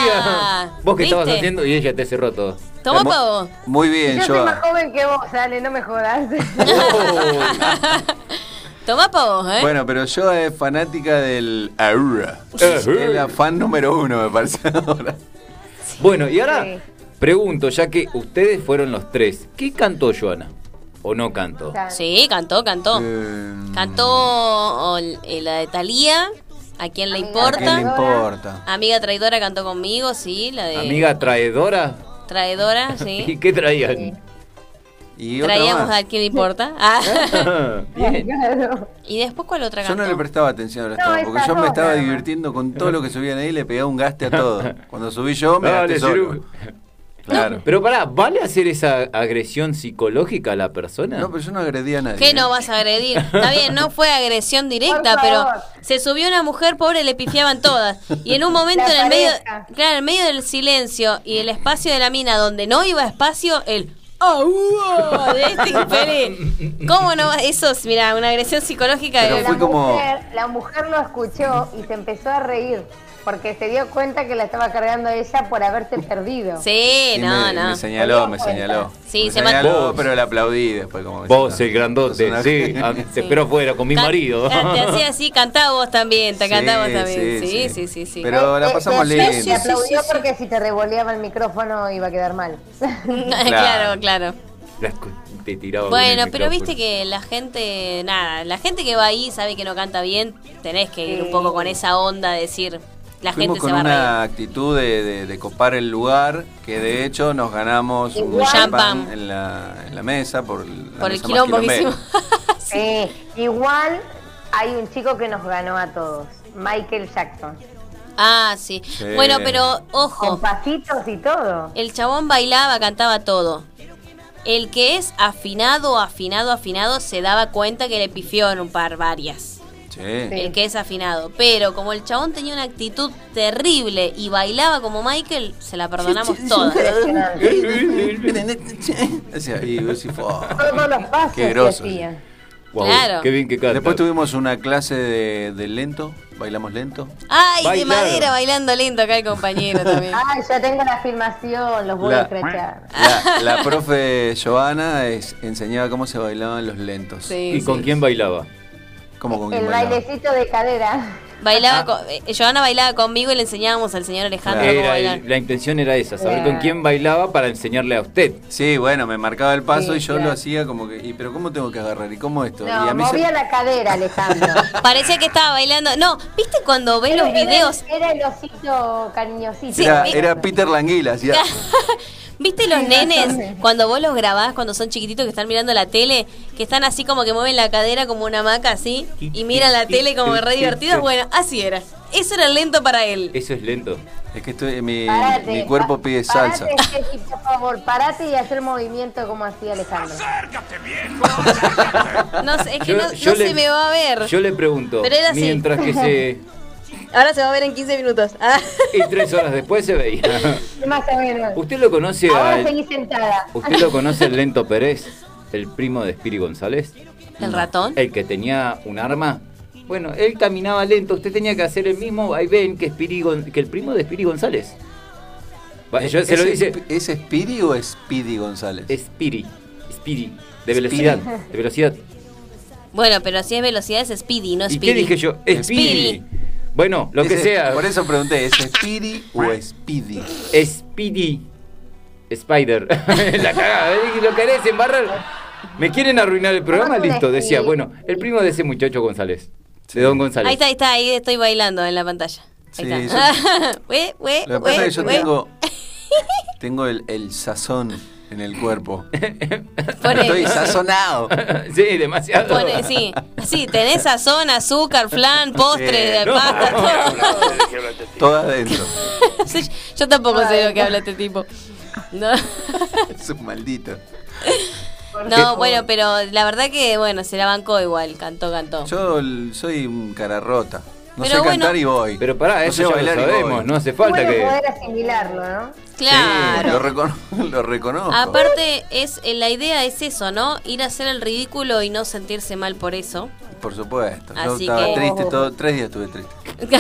S3: día. Vos que estabas
S7: ¿viste?
S3: haciendo y ella te cerró todo.
S7: Tomá,
S6: Mu-
S7: pavo.
S6: Muy bien,
S5: Yo soy
S6: Joa.
S5: más joven que vos, dale, no
S3: [laughs]
S5: me jodas.
S7: Ah. Tomá, pavo, ¿eh?
S6: Bueno, pero yo es fanática del Aura.
S3: Eh,
S6: Es
S3: eh.
S6: la fan número uno, me parece [laughs] ahora.
S3: Bueno, y ahora
S5: Sí.
S3: pregunto, ya que ustedes fueron los tres, ¿qué cantó Joana? ¿O no cantó?
S7: Sí, cantó, cantó.
S6: Eh,
S7: Cantó o- eh, la de Thalía, ¿a quién le
S5: Amiga
S6: ¿A quién le
S7: importa?
S6: importa?
S7: Amiga traidora cantó conmigo, sí, la de
S3: ¿Amiga traidora?
S6: [laughs]
S7: traidora,
S3: ¿Y
S7: sí.
S3: qué traían?
S6: Y otra
S7: Traíamos
S6: más.
S7: a quién le importa. Ah.
S3: [laughs]
S6: [laughs]
S3: Bien.
S5: Claro.
S7: ¿Y después cuál otra
S6: Yo
S7: cantó?
S6: no le prestaba atención a los
S5: No,
S6: temas, porque
S5: esas
S6: yo me
S5: dos
S6: estaba
S5: nada más.
S6: divirtiendo con todo lo que subían ahí y le pegaba un gaste
S5: [laughs]
S6: a todo. Cuando subí yo, me
S3: Dale,
S6: gasté solo.
S3: Ciru.
S6: Claro.
S3: Pero pará, ¿vale hacer esa agresión psicológica a la persona?
S6: No, pero yo no agredí a nadie. ¿eh?
S7: ¿Qué no vas a agredir? Está bien, no fue agresión directa,
S5: Por
S7: pero
S5: favor.
S7: se subió una mujer pobre, le pifiaban todas. Y en un momento,
S5: La
S7: en el medio,
S5: pareja.
S7: claro, en medio del silencio y el espacio de la mina donde no iba espacio, él. ¡Oh! uh, de este infeliz. ¿Cómo no? Eso es, mira, una agresión psicológica
S6: Pero
S7: de...
S5: la,
S6: fue como-
S5: mujer, la mujer lo escuchó y se empezó a reír porque se dio cuenta que la estaba cargando ella por haberse perdido.
S7: Sí,
S6: Sí,
S7: no,
S6: me,
S7: no.
S6: me señaló, me señaló.
S7: Sí,
S6: me
S7: se mató.
S6: señaló,
S3: Vos.
S6: pero la aplaudí después. Como
S3: Vos,
S6: diciendo,
S3: el grandote,
S6: [laughs]
S3: sí.
S6: personaje.
S3: Ah,
S7: [laughs]
S3: Te espero afuera con mi
S7: Can-
S3: marido.
S7: [laughs]
S3: [laughs]
S7: Te hacía así, cantaba vos también, te
S6: Sí,
S7: cantaba vos
S6: sí,
S7: también. Sí, sí,
S6: sí.
S7: sí, sí. [laughs]
S6: Pero
S5: Eh,
S6: la pasamos
S5: te,
S6: lindo.
S5: Te aplaudió
S7: Sí, sí, sí.
S5: porque si te revoleaba el micrófono iba a quedar mal.
S7: claro, claro.
S3: Las cu- Te tiraba con
S7: Bueno,
S3: el micrófono.
S7: pero viste que la gente, nada, la gente que va ahí sabe que no canta bien, tenés que ir un
S5: Sí.
S7: poco con esa onda de decir, la
S6: Eh, Fuimos
S7: gente
S6: con
S7: se va a
S6: una
S7: reír.
S6: actitud de, de- de copar el lugar, que de hecho nos ganamos un
S5: Igual.
S6: champán
S7: Champán.
S6: en la, en la mesa por, la mesa
S7: Por el
S6: más
S7: quilombo que
S6: quilombera.
S7: hicimos. [laughs]
S5: [laughs] Sí, Eh, igual hay un chico que nos ganó a todos, Michael Jackson.
S7: ah, sí.
S6: Sí.
S7: Bueno, pero ojo,
S5: Con pasitos y todo.
S7: el chabón bailaba, cantaba todo. El que es afinado, afinado, afinado, se daba cuenta que le pifió en un par varias.
S6: Sí.
S7: el que es afinado. Pero como el chabón tenía una actitud terrible y bailaba como Michael, se la perdonamos todas.
S6: [laughs]
S5: Impresionante.
S6: Decía, y vos decís, "Fua".
S5: Todos los pasos
S6: Qué
S5: que
S6: grosso.
S5: hacía.
S3: Guau,
S7: Claro.
S3: Qué bien que canta.
S6: Después tuvimos una clase de, de lento, bailamos lento.
S7: Ay, de
S3: Bailaron.
S7: madera bailando lindo acá
S3: [laughs]
S7: el compañero también.
S5: Ah, ya tengo la filmación, los voy
S6: La-
S5: a escrachar.
S6: La,
S3: [laughs]
S6: la profe Joana es- enseñaba cómo se bailaban los lentos.
S7: Sí,
S3: ¿Y
S7: sí.
S3: con quién bailaba?
S6: ¿Cómo con quién
S5: El
S6: bailaba?
S5: bailecito de cadera.
S7: Bailaba con- eh, Joana bailaba conmigo y le enseñábamos al señor Alejandro
S6: Claro.
S7: cómo
S3: Era-
S7: bailar.
S3: la intención era esa, saber
S5: Claro.
S3: con quién bailaba para enseñarle a usted.
S6: Sí, bueno, me marcaba el paso
S5: Sí,
S6: y yo
S5: claro.
S6: lo hacía como que, ¿y pero cómo tengo que agarrar? ¿Y cómo esto? y
S5: No,
S6: se-
S5: movía la cadera, Alejandro.
S6: [laughs]
S7: Parecía que estaba bailando. No, ¿viste cuando ves los
S5: Era-
S7: videos?
S5: Era el osito cariñosito.
S6: era,
S7: Sí,
S6: era Peter Languila, hacía-
S7: ¿Viste los
S5: Sí,
S7: nenes
S5: bastante.
S7: cuando vos los grabás cuando son chiquititos que están mirando la tele? Que están así como que mueven la cadera como una hamaca así y miran la tele como re divertidos. Bueno, así era. Eso era lento para él.
S3: Eso es lento.
S6: Es que estoy, mi,
S5: Parate,
S6: mi cuerpo
S5: pa-
S6: pide salsa.
S5: Parate, Steffi, por favor, parate y haz el movimiento como hacía Alejandro.
S7: No sé, es que no, no
S3: le-
S7: se me va a ver.
S3: Yo le pregunto,
S7: Pero era así.
S3: mientras que
S7: [laughs]
S3: se...
S7: Ahora se va a ver en 15 minutos. Ah.
S3: Y tres horas después se veía.
S5: Más o menos.
S3: ¿Usted lo conoce
S5: Ahora
S3: al-
S5: seguí sentada.
S3: eh, ¿Usted lo conoce el Lento Pérez? El primo de Spiri González.
S7: [laughs] ¿El ratón?
S3: El que tenía un arma. Bueno, él caminaba lento, usted tenía que hacer el mismo vaivén que, Spiri Gon- que el primo de Spiri González. Va, yo se lo
S6: ¿Es-
S3: dice
S6: ¿Es Spiri o es Speedy González?
S3: Spiri, Spiri, de velocidad, de velocidad.
S7: Bueno, pero si es velocidad es speedy, no
S3: ¿Y
S7: speedy.
S3: qué dije yo? Spiri.
S7: Spiri.
S3: Bueno, lo que
S6: Ese-
S3: sea.
S6: Por eso pregunté, ¿es Spiri o Speedy?
S3: Speedy Spider. [laughs] la cagada, ¿eh? lo querés embarrar. ¿Me quieren arruinar el programa?
S5: ¿Cómo es
S3: Listo, decía.
S5: Speedy?
S3: Bueno, el primo de ese muchacho González. De Don González.
S7: Ahí está, ahí está, ahí estoy bailando en la pantalla. Ahí
S6: Sí,
S7: está. [laughs] Ue, ue,
S6: Lo que pasa
S7: ue,
S6: es que yo
S7: ue.
S6: tengo, tengo el, el sazón en el cuerpo.
S7: [laughs]
S6: [laughs]
S7: Pone-
S6: Estoy sazonado.
S3: [laughs] sí, demasiado.
S7: Pone, sí, sí, tenés sazón, azúcar, flan, postre,
S6: Eh,
S3: no. [laughs]
S7: pasta, todo. [laughs]
S6: Todo adentro.
S7: Sí, yo tampoco sé lo que habla este tipo. No,
S6: Es un maldito.
S7: No, bueno, pero la verdad que, bueno, se la bancó igual, cantó, cantó.
S6: Yo l- soy un cara rota. No
S7: Pero
S6: sé
S7: bueno.
S6: cantar y voy.
S3: Pero pará,
S6: No sé
S3: eso ya lo
S6: bailar y voy.
S3: sabemos. No hace
S5: Qué
S3: falta
S5: bueno
S3: que.
S5: poder asimilarlo, ¿no?
S7: Claro.
S6: Sí, lo, recono- [laughs] lo reconozco.
S7: Aparte, es, eh, la idea es eso, ¿no? Ir a hacer el ridículo y no sentirse mal por eso.
S6: Por supuesto. Yo
S7: Así
S6: estaba
S7: que-
S6: triste, todo, tres días estuve triste.
S7: [laughs]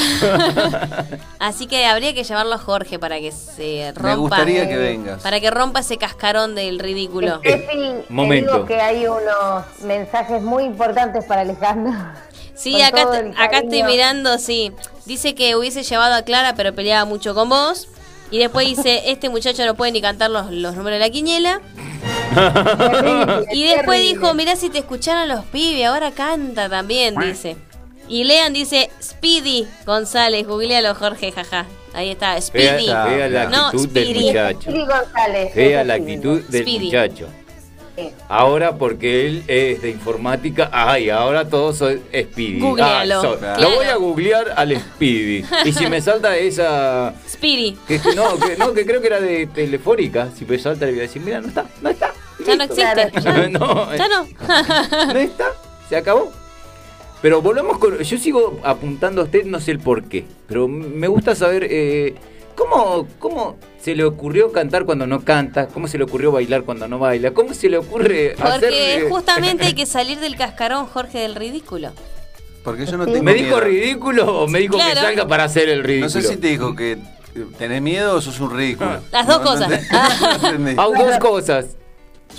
S7: Así que habría que llevarlo a Jorge para que se rompa.
S6: Me gustaría
S5: eh,
S6: que vengas.
S7: Para que rompa ese cascarón del ridículo.
S5: Steffi, te
S3: momento.
S5: digo que hay unos mensajes muy importantes para Alejandro.
S7: Sí,
S5: Con
S7: acá,
S5: todo
S7: est-
S5: el
S7: acá estoy
S5: cariño.
S7: mirando, sí. Dice que hubiese llevado a Clara, pero peleaba mucho con vos. Y después dice,
S5: [laughs]
S7: este muchacho no puede ni cantar los, los números de la quiniela.
S5: Terrible,
S7: Y después
S5: terrible.
S7: dijo, mirá si te escucharon los pibes, ahora canta también, dice. Y Lean dice, Speedy González, googlealo Jorge, jaja. Ahí está,
S3: Vea,
S7: Speedy.
S3: vea la
S7: No,
S3: actitud del
S7: Speedy.
S3: muchacho.
S5: Speedy González.
S3: Vea
S5: eso
S3: la
S5: sí.
S3: actitud del
S7: Speedy.
S3: muchacho.
S5: Sí.
S3: Ahora porque él es de informática, ay, ahora todos son Speedy.
S7: Googlealo,
S3: Ah, so-
S6: claro.
S3: Lo voy a googlear al Speedy. Y si me salta esa
S7: Speedy.
S3: Que, que no, que, no, que creo que era de Telefónica. Si me salta le voy a decir, mira, no está, no está.
S7: Ya no existe.
S6: [laughs]
S7: Ya
S3: [laughs] no, eh,
S7: ya no.
S6: eh,
S3: no está, se acabó. Pero volvamos con. Yo sigo apuntando a usted, no sé el por qué, pero me gusta saber eh, ¿Cómo, ¿Cómo se le ocurrió cantar cuando no canta? ¿Cómo se le ocurrió bailar cuando no baila? ¿Cómo se le ocurre
S7: [laughs] Porque
S3: hacerle-
S7: justamente hay que salir del cascarón, Jorge, del ridículo.
S6: Porque yo no
S5: Sí.
S6: tengo
S3: ¿Me dijo
S6: miedo.
S3: ridículo o me dijo que
S7: Claro.
S3: salga para hacer el ridículo?
S6: No sé si te dijo que eh, tenés miedo o sos un ridículo.
S7: Las
S6: No,
S7: dos
S6: no
S7: cosas.
S6: entendí. [laughs] No entendí.
S3: Hago dos cosas.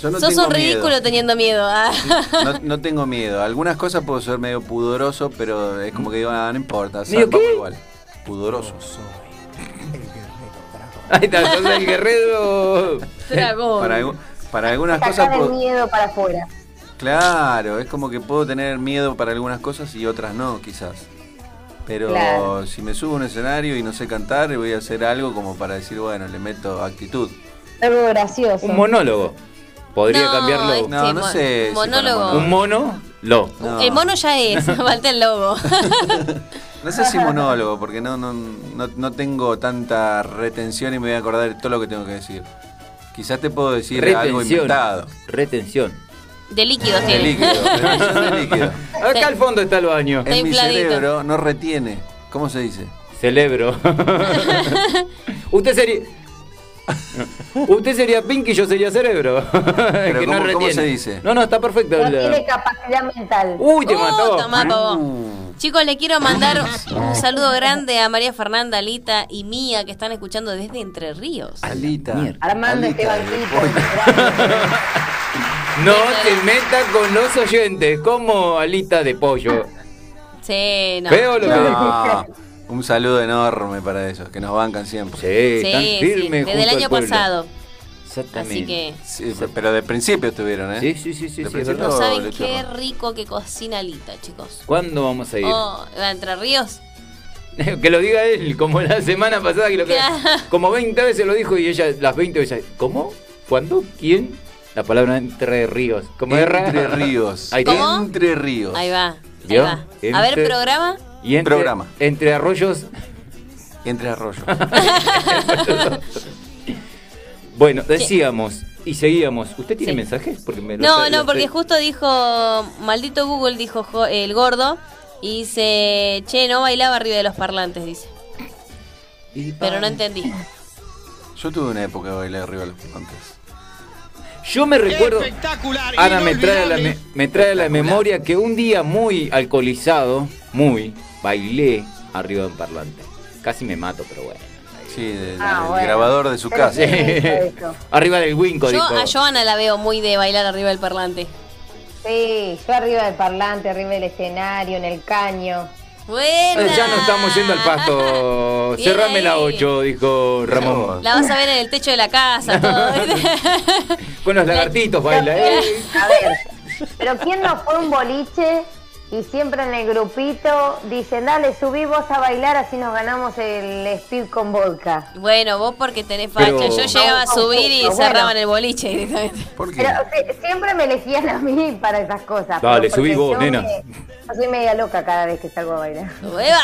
S6: Yo no
S7: Sos
S6: tengo
S7: un ridículo
S6: miedo.
S7: teniendo miedo. ah.
S6: [laughs]
S7: [laughs]
S6: No, no tengo miedo. Algunas cosas puedo ser medio pudoroso, pero es como que digo, ah, no importa,
S3: ¿Medio
S6: zarpamos
S3: qué?
S6: igual. Pudoroso.
S3: Ahí está, sos el guerrero. Oh.
S7: Dragón.
S6: Para, algu- para algunas cosas
S5: Sacar el
S6: puedo-
S5: miedo para afuera.
S6: Claro, es como que puedo tener miedo para algunas cosas y otras no, quizás. Pero
S5: Claro.
S6: si me subo a un escenario y no sé cantar, voy a hacer algo como para decir, bueno, le meto actitud.
S5: Algo gracioso.
S3: Un monólogo. Podría
S7: No,
S3: cambiarlo.
S7: es-
S6: No,
S7: Sí,
S6: no
S7: mon-
S6: sé. si para
S7: monólogo.
S3: Un mono, lo.
S6: No.
S7: El mono ya es, [laughs] falta el lobo.
S6: No sé si monólogo, porque no, no, no, no tengo tanta retención y me voy a acordar de todo lo que tengo que decir. Quizás te puedo decir algo
S3: Retención.
S6: inventado.
S3: Retención.
S7: De líquidos
S6: De
S7: tiene.
S6: líquido,
S7: [laughs]
S6: retención de líquido.
S3: Acá al fondo está el baño.
S7: Está
S6: En mi
S7: infladito.
S6: cerebro no retiene. ¿Cómo se dice?
S7: [laughs]
S3: Celebro. Usted sería. Usted sería Pinky y yo sería Cerebro. [laughs] Que no
S6: ¿cómo- cómo
S3: retiene.
S6: se dice?
S3: No, no, está perfecto.
S5: No
S3: el-
S5: tiene capacidad mental.
S3: Uy, te
S7: Uh,
S3: mató.
S7: tomá, pavón.
S6: Uh,
S7: Chicos, le quiero mandar un saludo grande a María Fernanda, Alita y Mía que están escuchando desde Entre Ríos.
S6: Alita.
S3: mierda.
S5: Armando este
S6: Alita de
S5: banquito.
S6: pollo.
S5: [laughs] gracias.
S3: No te metas con los oyentes, como alita de pollo.
S7: Sí, no.
S3: Feo lo que dijo.
S6: No,
S5: [laughs]
S6: un saludo enorme para ellos, que nos bancan siempre.
S3: Sí,
S7: Sí,
S3: tan firme
S7: sí,
S3: junto
S7: desde el
S3: al
S7: año
S3: pueblo.
S7: pasado.
S3: Exactamente.
S7: Así que
S6: Sí, pero de principio estuvieron, ¿eh?
S3: Sí, sí, sí, sí,
S6: De
S3: sí, es
S6: principio
S3: verdad.
S7: no saben
S6: leche
S7: qué
S6: roja.
S7: rico que cocina Alita, chicos.
S3: ¿Cuándo vamos a ir?
S7: Oh, ¿a Entre Ríos.
S3: [laughs] Que lo diga él, como la semana pasada que lo que
S7: Claro.
S3: como 20 veces lo dijo y ella las 20 veces, ¿cómo? ¿Cuándo? ¿Quién? La palabra entre ríos. Como erra-
S6: Entre Ríos.
S3: Ahí
S7: ¿Cómo?
S3: está.
S6: Entre Ríos.
S7: Ahí va, ahí
S3: ¿Vio?
S7: va. A ver,
S3: Entre-
S7: programa.
S3: [laughs] Y entre,
S6: Programa.
S3: Entre arroyos.
S6: Entre Arroyos.
S3: Bueno, decíamos y seguíamos. ¿Usted tiene
S7: Sí.
S3: mensajes? Porque me lo-
S7: No,
S3: lo-
S7: no, porque
S3: estoy-
S7: justo dijo, maldito Google, dijo jo- el gordo, y dice, che, no bailaba arriba de los parlantes, dice. Pero no entendí.
S6: Yo tuve una época de bailar arriba de los picantes.
S3: Yo me recuerdo. Ana me trae, a la, me, me trae a la memoria que un día muy alcoholizado, muy, bailé arriba de un parlante. Casi me mato, pero bueno.
S6: Sí, del
S5: Ah,
S6: del
S5: bueno.
S6: grabador de su
S5: Pero
S6: casa.
S5: sí. eso.
S3: [laughs] arriba del winco,
S7: Yo
S3: dijo.
S7: a Joana la veo muy de bailar arriba del parlante.
S5: Sí, yo arriba del parlante, arriba del escenario, en el caño.
S3: Eh,
S7: Buena.
S3: Ya no estamos yendo al pasto.
S7: Bien
S3: Cerrame
S7: ahí.
S3: la 8, dijo Ramón.
S7: La vas a ver en el techo de la casa, todo.
S3: Con los lagartitos baila,
S5: [laughs]
S3: ¿eh?
S5: A ver, pero ¿quién no fue a un boliche y siempre en el grupito dicen, dale, subí vos a bailar, así nos ganamos el speed con vodka?
S7: [laughs] bueno, vos porque tenés facha.
S3: Pero-
S7: Yo llegaba a subir y
S5: Bueno.
S7: cerraban el boliche directamente.
S6: ¿Por qué?
S5: Pero sí, siempre me elegían a mí para esas cosas. pero
S3: Dale,
S5: porque
S3: subí vos,
S5: yo
S3: nena.
S5: me- yo soy media loca cada vez que salgo
S3: [laughs]
S5: a bailar.
S7: ¡Hueva!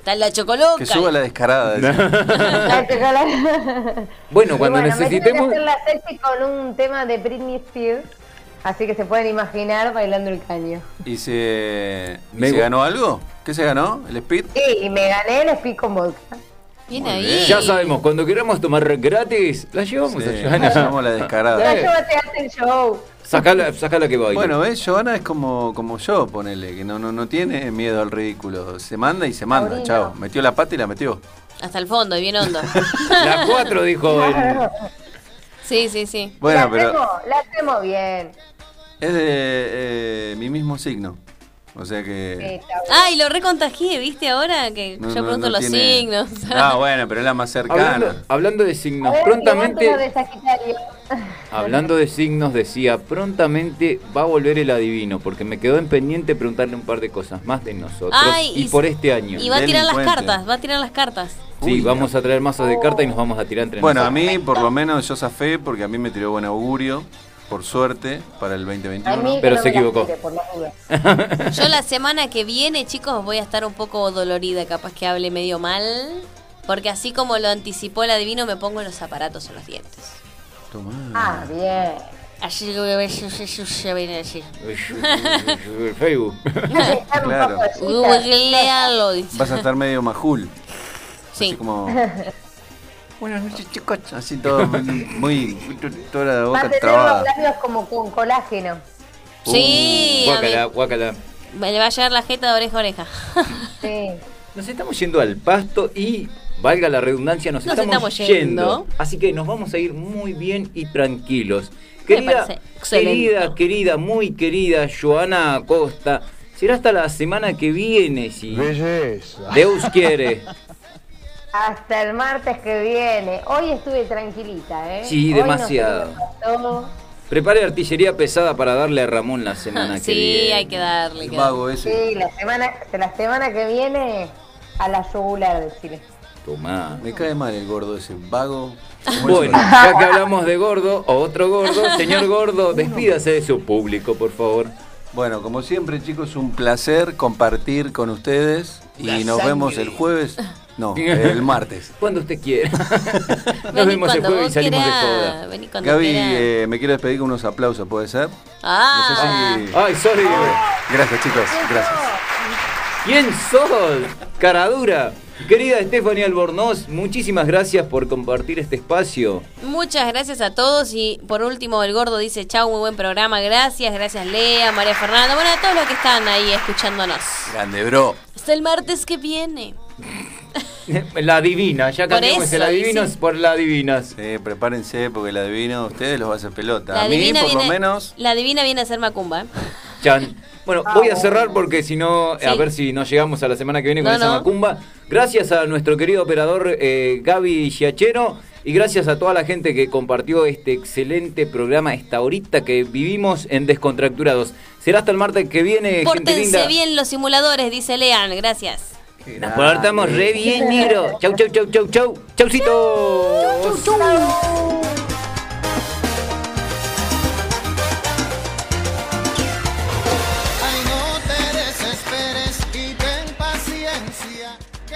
S7: Está la chocoloca.
S6: Que suba la descarada. dice.
S3: Bueno, cuando
S5: Y
S3: necesitemos-
S5: Me tienen que hacer la selfie con un tema de Britney Spears, así que se pueden imaginar bailando el caño.
S6: ¿Y se, y
S3: Me
S6: se
S3: gu-
S6: ganó algo? ¿Qué se ganó? ¿El speed?
S5: Sí, y me gané el speed con vodka.
S7: Bien
S6: Muy
S7: ahí.
S6: bien.
S3: Ya sabemos, cuando queramos tomar gratis, la llevamos
S6: Sí,
S3: a Johanna.
S6: llamó la
S5: Ya
S6: descarada.
S3: Eh.
S5: llévate hasta el show.
S3: Sacala, sacala que baila.
S6: Bueno, ¿ves? Joana es como, como yo, ponele, que no, no, no tiene miedo al ridículo. Se manda y se manda,
S5: Taurino.
S6: chao. Metió la pata y la metió.
S7: Hasta el fondo, y
S6: [laughs]
S7: bien hondo.
S3: la 4 dijo. el-
S7: Sí, sí, sí.
S6: Bueno,
S5: la
S6: pero
S5: hacemos, la hacemos bien.
S6: es de eh, mi mismo signo. O sea que...
S5: Sí, está bueno.
S7: Ay, lo recontagié, ¿viste? Ahora que
S6: no-
S7: yo
S6: no-
S7: pregunto
S6: no
S7: los
S6: tiene-
S7: signos.
S6: Ah, bueno, pero es la más
S3: Hablando,
S6: cercana.
S3: hablando de
S5: A
S3: signos,
S5: ver, levanta lo
S3: prontamente.
S5: de Sagitario. [laughs]
S3: Hablando de signos, decía, prontamente va a volver el adivino, porque me quedó en pendiente preguntarle un par de cosas más de nosotros
S7: Ay,
S3: y,
S7: y-
S3: por este año.
S7: [laughs] Y va a tirar las
S6: Delincuente.
S7: cartas, va a tirar
S6: [laughs]
S7: las cartas.
S3: Sí,
S6: Uy,
S3: vamos a traer mazos de carta y nos vamos a tirar entre
S6: Bueno, a
S3: nosotros.
S6: mí por lo menos yo zafé porque a mí me tiró buen augurio, por suerte, para el
S5: A
S6: 2021.
S5: mí que
S3: pero
S5: no
S3: se
S5: me la
S3: equivocó.
S5: tire, por las dudas.
S7: Yo la semana que viene, chicos, voy a estar un poco dolorida, capaz que hable medio mal. Porque así como lo anticipó el adivino, me pongo los aparatos en los dientes.
S6: Tomá.
S5: Ah, bien.
S7: Así que voy a ver si si- si- si- viene así.
S3: Facebook.
S5: Dame un
S6: Claro.
S5: poco de chita.
S7: Googlealo, dice.
S6: Vas a estar medio majul.
S7: Sí, Sí.
S6: Así como. [laughs] Buenas noches, chicos. Así todo muy. Toda la
S5: Va a
S6: boca
S5: tener los
S6: trabada.
S5: labios como con colágeno.
S6: uh,
S7: Sí,
S3: Guácala,
S7: a mí-
S3: guácala.
S7: me le va a llegar la jeta de oreja a oreja.
S5: Sí.
S3: Nos estamos yendo al pasto y, valga la redundancia, nos,
S7: Nos
S3: estamos,
S7: estamos
S3: yendo.
S7: yendo.
S3: Así que nos vamos a ir muy bien y tranquilos.
S7: Me
S3: Querida,
S7: parece excelente.
S3: querida, querida, muy querida Joana Acosta, será hasta la semana que viene si Deus quiere.
S5: Hasta el martes que viene. Hoy estuve tranquilita, ¿eh?
S3: Sí,
S5: Hoy no sé
S3: demasiado.
S5: qué pasó.
S3: Prepare artillería pesada para darle a Ramón la
S7: [laughs]
S3: semana que viene.
S7: sí, hay que darle. hay
S6: El
S7: que darle.
S6: mago ese.
S5: Sí, la semana, la semana que viene a la yugular de Chile.
S3: Tomá.
S6: Me cae mal el gordo ese. [laughs] Vago.
S3: Bueno, ya que hablamos de gordo, o otro
S7: [laughs]
S3: gordo, señor gordo, despídase de su público, por favor.
S6: Bueno, como siempre, chicos, un placer compartir con ustedes. Y
S3: La
S6: nos vemos
S3: sangre.
S6: el jueves. [laughs] No, el martes.
S3: Cuando usted quiera. [laughs] Nos
S7: Vení
S3: vemos el
S7: cuando
S3: jueves y
S7: vos
S3: salimos de
S7: querás,
S3: joda.
S7: Vení cuando
S6: Gaby,
S7: quieras.
S6: eh, me quiero despedir con unos aplausos, ¿puede ser?
S7: ah,
S6: No sé si-
S3: Ay, sorry.
S6: Gracias, chicos. Gracias.
S3: ¿Quién sos? Caradura. Querida Estefanía Albornoz, muchísimas gracias por compartir este espacio. [laughs]
S7: muchas gracias a todos. Y por último, el gordo dice chau, muy buen programa. Gracias, gracias Lea, María Fernanda. Bueno, a todos los que están ahí escuchándonos.
S6: Grande, bro.
S7: Hasta el martes que viene.
S3: La divina, ya
S7: Por
S3: cambiamos
S7: eso,
S3: el
S7: y
S3: adivinos
S7: sí.
S3: por la divinas.
S6: Sí, prepárense porque la adivino ustedes los va a hacer pelota.
S7: La
S6: a mí,
S7: divina
S6: por
S7: viene,
S6: lo menos.
S7: La divina viene a
S6: [laughs]
S7: ser Macumba. ¿eh?
S3: Chan. Bueno, voy a cerrar porque si no, a
S7: Sí.
S3: ver si no llegamos a la semana que viene con
S7: No,
S3: esa
S7: no.
S3: macumba. Gracias a nuestro querido operador eh, Gaby Giachero y gracias a toda la gente que compartió este excelente programa, esta horita que vivimos en Descontracturados. Será hasta el martes que viene, gente linda.
S7: Pórtense bien los simuladores, dice Lean. Gracias.
S3: Nos portamos re bien, negro. Chau, chau, chau, chau, chau. Chaucito.
S5: Chau.